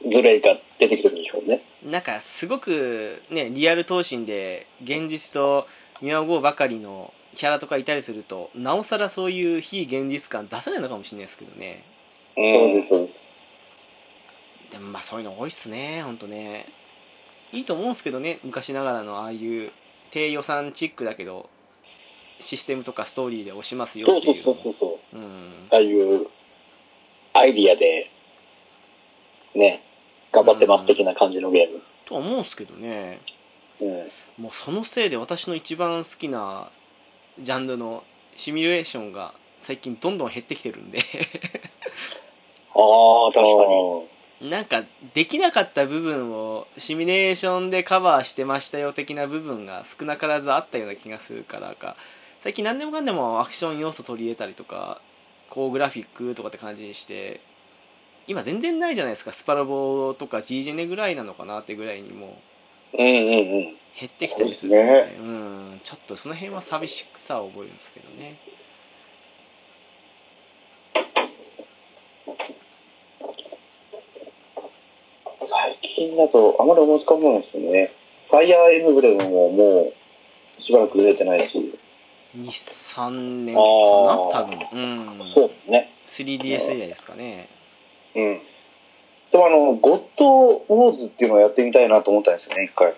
S2: ずれが出てくるんでしょうね。
S1: なんかすごくねリアル闘神で現実と見まごうばかりのキャラとかいたりするとなおさらそういう非現実感出せないのかもしれないですけどね
S2: そうです、そうです。
S1: でもまあそういうの多いっすねほんとねいいと思うんですけどね昔ながらのああいう低予算チックだけどシステムとかストーリーで押しますよ
S2: そう
S1: って
S2: そう
S1: いう
S2: そ
S1: の
S2: うそう
S1: も
S2: そう。
S1: うん
S2: ああいうアイディアで、ね、頑張ってます的な感じのゲ
S1: とは思うんですけどね
S2: ーム。うん。
S1: もうそのせいで私の一番好きなジャンルのシミュレーションが最近どんどん減ってきてるんで
S2: ああ、確か
S1: なんかできなかった部分をシミュレーションでカバーしてましたよ的な部分が少なからずあったような気がするからか最近何でもかんでもアクション要素取り入れたりとかこうグラフィックとかって感じにして今全然ないじゃないですかスパロボとか G ジェネぐらいなのかなってぐらいにもう
S2: に。うんうんうん。
S1: 減ってきたりするので
S3: そうで
S1: うんちょっとその辺は寂しさを覚えるんですけどね
S3: 最近だとあまり思いつかないんですよね。ファイアーエムブレムももうしばらく出てないし。
S1: 23年かな多
S2: あ
S1: 分うん
S2: そうですね。
S1: 3DS 以来ですかね
S3: うん。でもあの、ゴッドウォーズっていうのをやってみたいなと思ったんですよね、一回。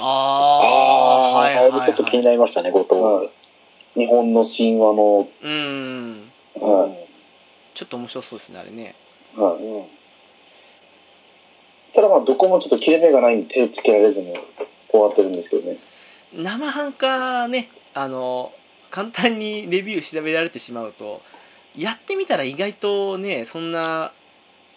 S1: あ
S2: あ
S1: あはいはい、は
S2: だいぶちょっと気に
S1: い、
S2: なりましたね、後藤。
S3: はい日本の神話の、
S1: うん
S3: はい
S1: ちょっと面白そうですねあれね
S3: はいただまあ、どこもちょっと切れ目がないんで手つけられずに終わってるんですけどね。
S1: 生半可ねあの簡単にレビュー調べられてしまうとやってみたら意外とねそんな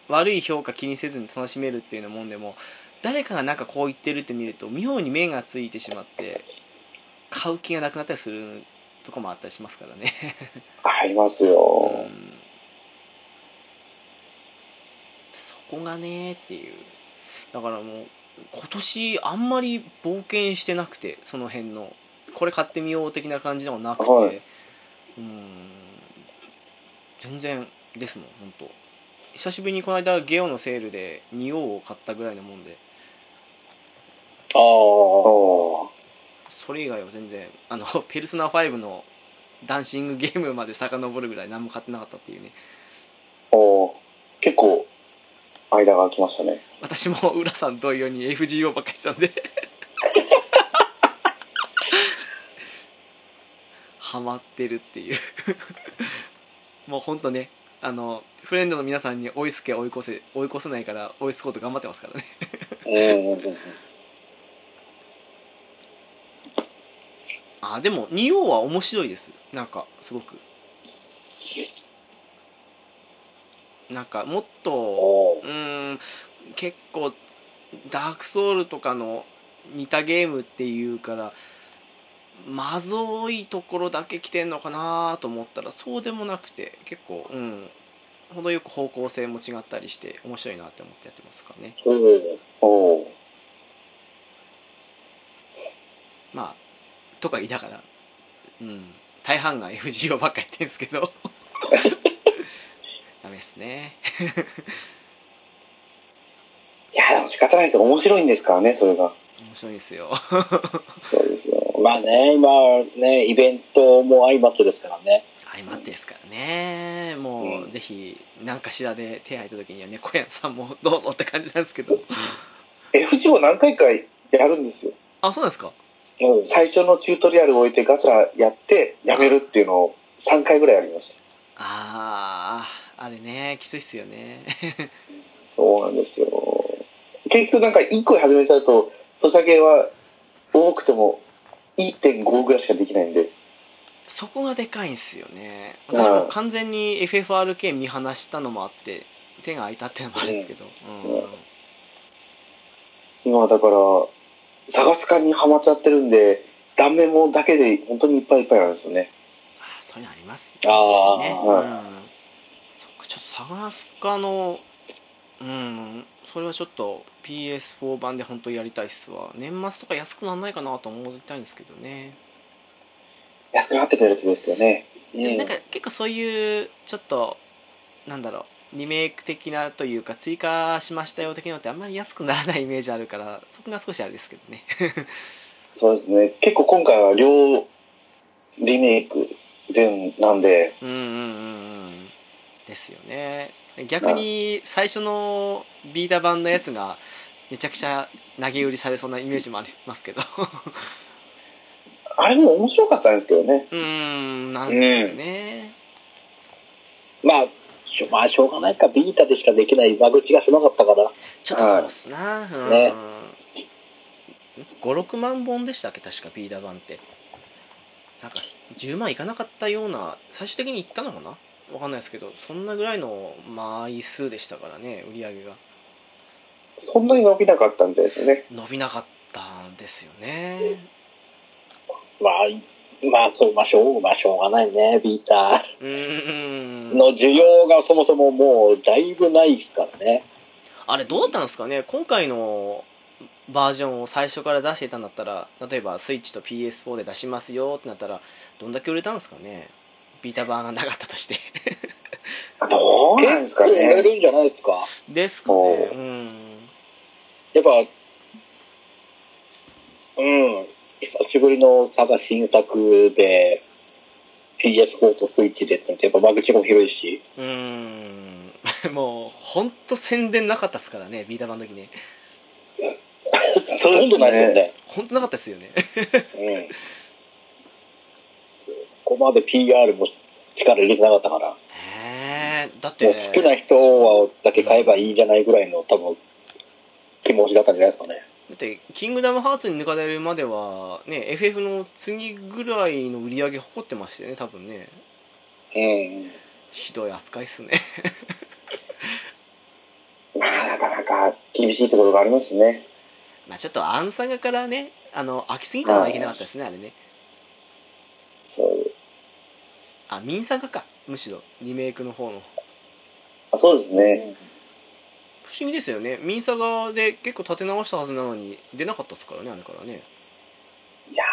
S1: 悪い評価気にせずに楽しめるっていうようなもんでも誰かがなんかこう言ってるって見ると妙に目がついてしまって買う気がなくなったりするとこもあったりしますからね
S3: ありますよ。
S1: うんそこがねっていうだからもう今年あんまり冒険してなくてその辺のこれ買ってみよう的な感じでもなくて、
S3: はい
S1: うん全然ですもん本当久しぶりにこの間ゲオのセールで仁王を買ったぐらいのもんで
S2: ああ。
S3: あ
S1: それ以外は全然あの「ペルソナ5」のダンシングゲームまで遡るぐらい何も買ってなかったっていうね
S3: あおー結構、間が空きましたね。
S1: 私も浦さん同様に FGO ばっかりしたんでハマってるっていうもうほんとねあのフレンドの皆さんに追いつけ追い越せ追い越せないから追いつこうと頑張ってますからね
S2: うんうんうん。
S1: あでも仁王は面白いですなんかすごくなんかもっと
S2: お
S1: うーん結構ダークソウルとかの似たゲームっていうからまずいところだけ来てんのかなと思ったらそうでもなくて結構うん程よく方向性も違ったりして面白いなって思ってやってますからね
S2: ー
S3: おー
S1: まあとか言いながらうん大半が FGO ばっかやってんですけどダメですね
S3: いや、でも仕方ないですよ。面白いんですからね、それが。
S1: 面白いですよ
S3: そうですよ。
S2: まあね、今ね、イベントも相まってですからね。
S1: 相まってですからねもう、
S2: うん
S1: ぜひ何かしらで手空いた時には猫屋さんもどうぞって感じなんですけど
S3: FG を何回かやるんですよ。
S1: あそうなんですか
S2: うん
S3: 最初のチュートリアルを置いてガチャやってやめるっていうのを3回ぐらいやりました。
S1: あああれねきついっすよね
S3: そうなんですよ。結局なんか1個始めちゃうと、ソシャゲは多くても1.5ぐらいしかできないんで。
S1: そこがでかいんすよね
S3: うん
S1: 私もう完全に FFRK 見放したのもあって手が空いたっていうのもあるんですけど、うん
S3: うん今だから、探す感にハマっちゃってるんで、断面もだけで本当にいっぱいいっぱいあるんですよね。
S1: あそういうのありますね
S2: あー
S1: ねうん、
S3: はい
S1: そっかちょっと探すかのうんそれはちょっと PS4 版で本当やりたいっすわ年末とか安くなんないかなと思いたいんですけどね、
S3: 安くなってくれるといいですけどね。う
S1: でも
S3: ん
S1: なんか結構そういうちょっとなんだろうリメイク的なというか追加しましたよ的なのってあんまり安くならないイメージあるからそこが少しあれですけどね
S3: そうですね。結構今回は両リメイクでなんで、
S1: うんうんうんうんですよね逆に最初のビータ版のやつがめちゃくちゃ投げ売りされそうなイメージもありますけ ど
S3: あれも面白かったんですけどね。
S1: うーんなんですよね、
S2: まあ、しょまあ、しょうがないか、ビータでしかできない間口が狭かったから、
S1: ちょっとそうっすな、うん、
S2: ね
S1: 56万本でしたっけ確かビーダ版ってなんか10万いかなかったような最終的にいったのかなわかんないですけどそんなぐらいの枚数でしたからね売り上げが
S3: そんなに伸びなかったみたいですよね。
S1: 伸びなかったんですよね
S2: まあ、まあ、そう、まあ、しょう、まあ、しょうがないね、ビータ
S1: うーん
S2: の需要がそもそももう、だいぶないですからね。
S1: あれどうだったんですかね今回のバージョンを最初から出していたんだったら例えばスイッチと PS4 で出しますよってなったらどんだけ売れたんですかねビータ版がなかったとして
S3: どうなんですか
S2: 結構売れ
S3: ね。
S2: るんじゃないですか。
S1: ですかねうん
S2: やっぱ、うん、久しぶりの佐賀新作で、PS4 とスイッチでってのってやっぱ間口も広いし、
S1: うーん もうほんと宣伝なかったですからねビータ版の時ね
S2: ほとんどないですよね。
S1: ほんとなかったですよね
S2: うん。そこまで PR も力入れてなかったから、
S1: へえだっ
S2: もう
S1: て
S2: 好きな人はだけ買えばいいじゃないぐらいの多分、気持ちだったんじゃないですかね。
S1: だって「キングダムハーツ」に抜かれるまではね FF の次ぐらいの売り上げ誇ってましたよね多分ね
S2: う
S1: ひどい扱いっすね
S3: まあ、なかなか厳しいところがありますね。
S1: まあちょっとアンサガからねあの飽きすぎたのはいけなかったですねあれね
S3: そう
S1: あミンサガかむしろリメイクの方の
S3: あそうですね。
S2: ん。
S1: 不思議ですよねミンサガで結構立て直したはずなのに出なかったですからねあれからね
S3: いや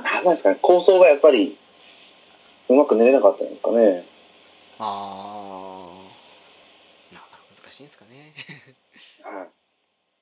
S3: ー、なんなんですかね。構想がやっぱり、うまく練れなかったんですかね。
S1: ああなかなか難しいんですかね
S3: はい。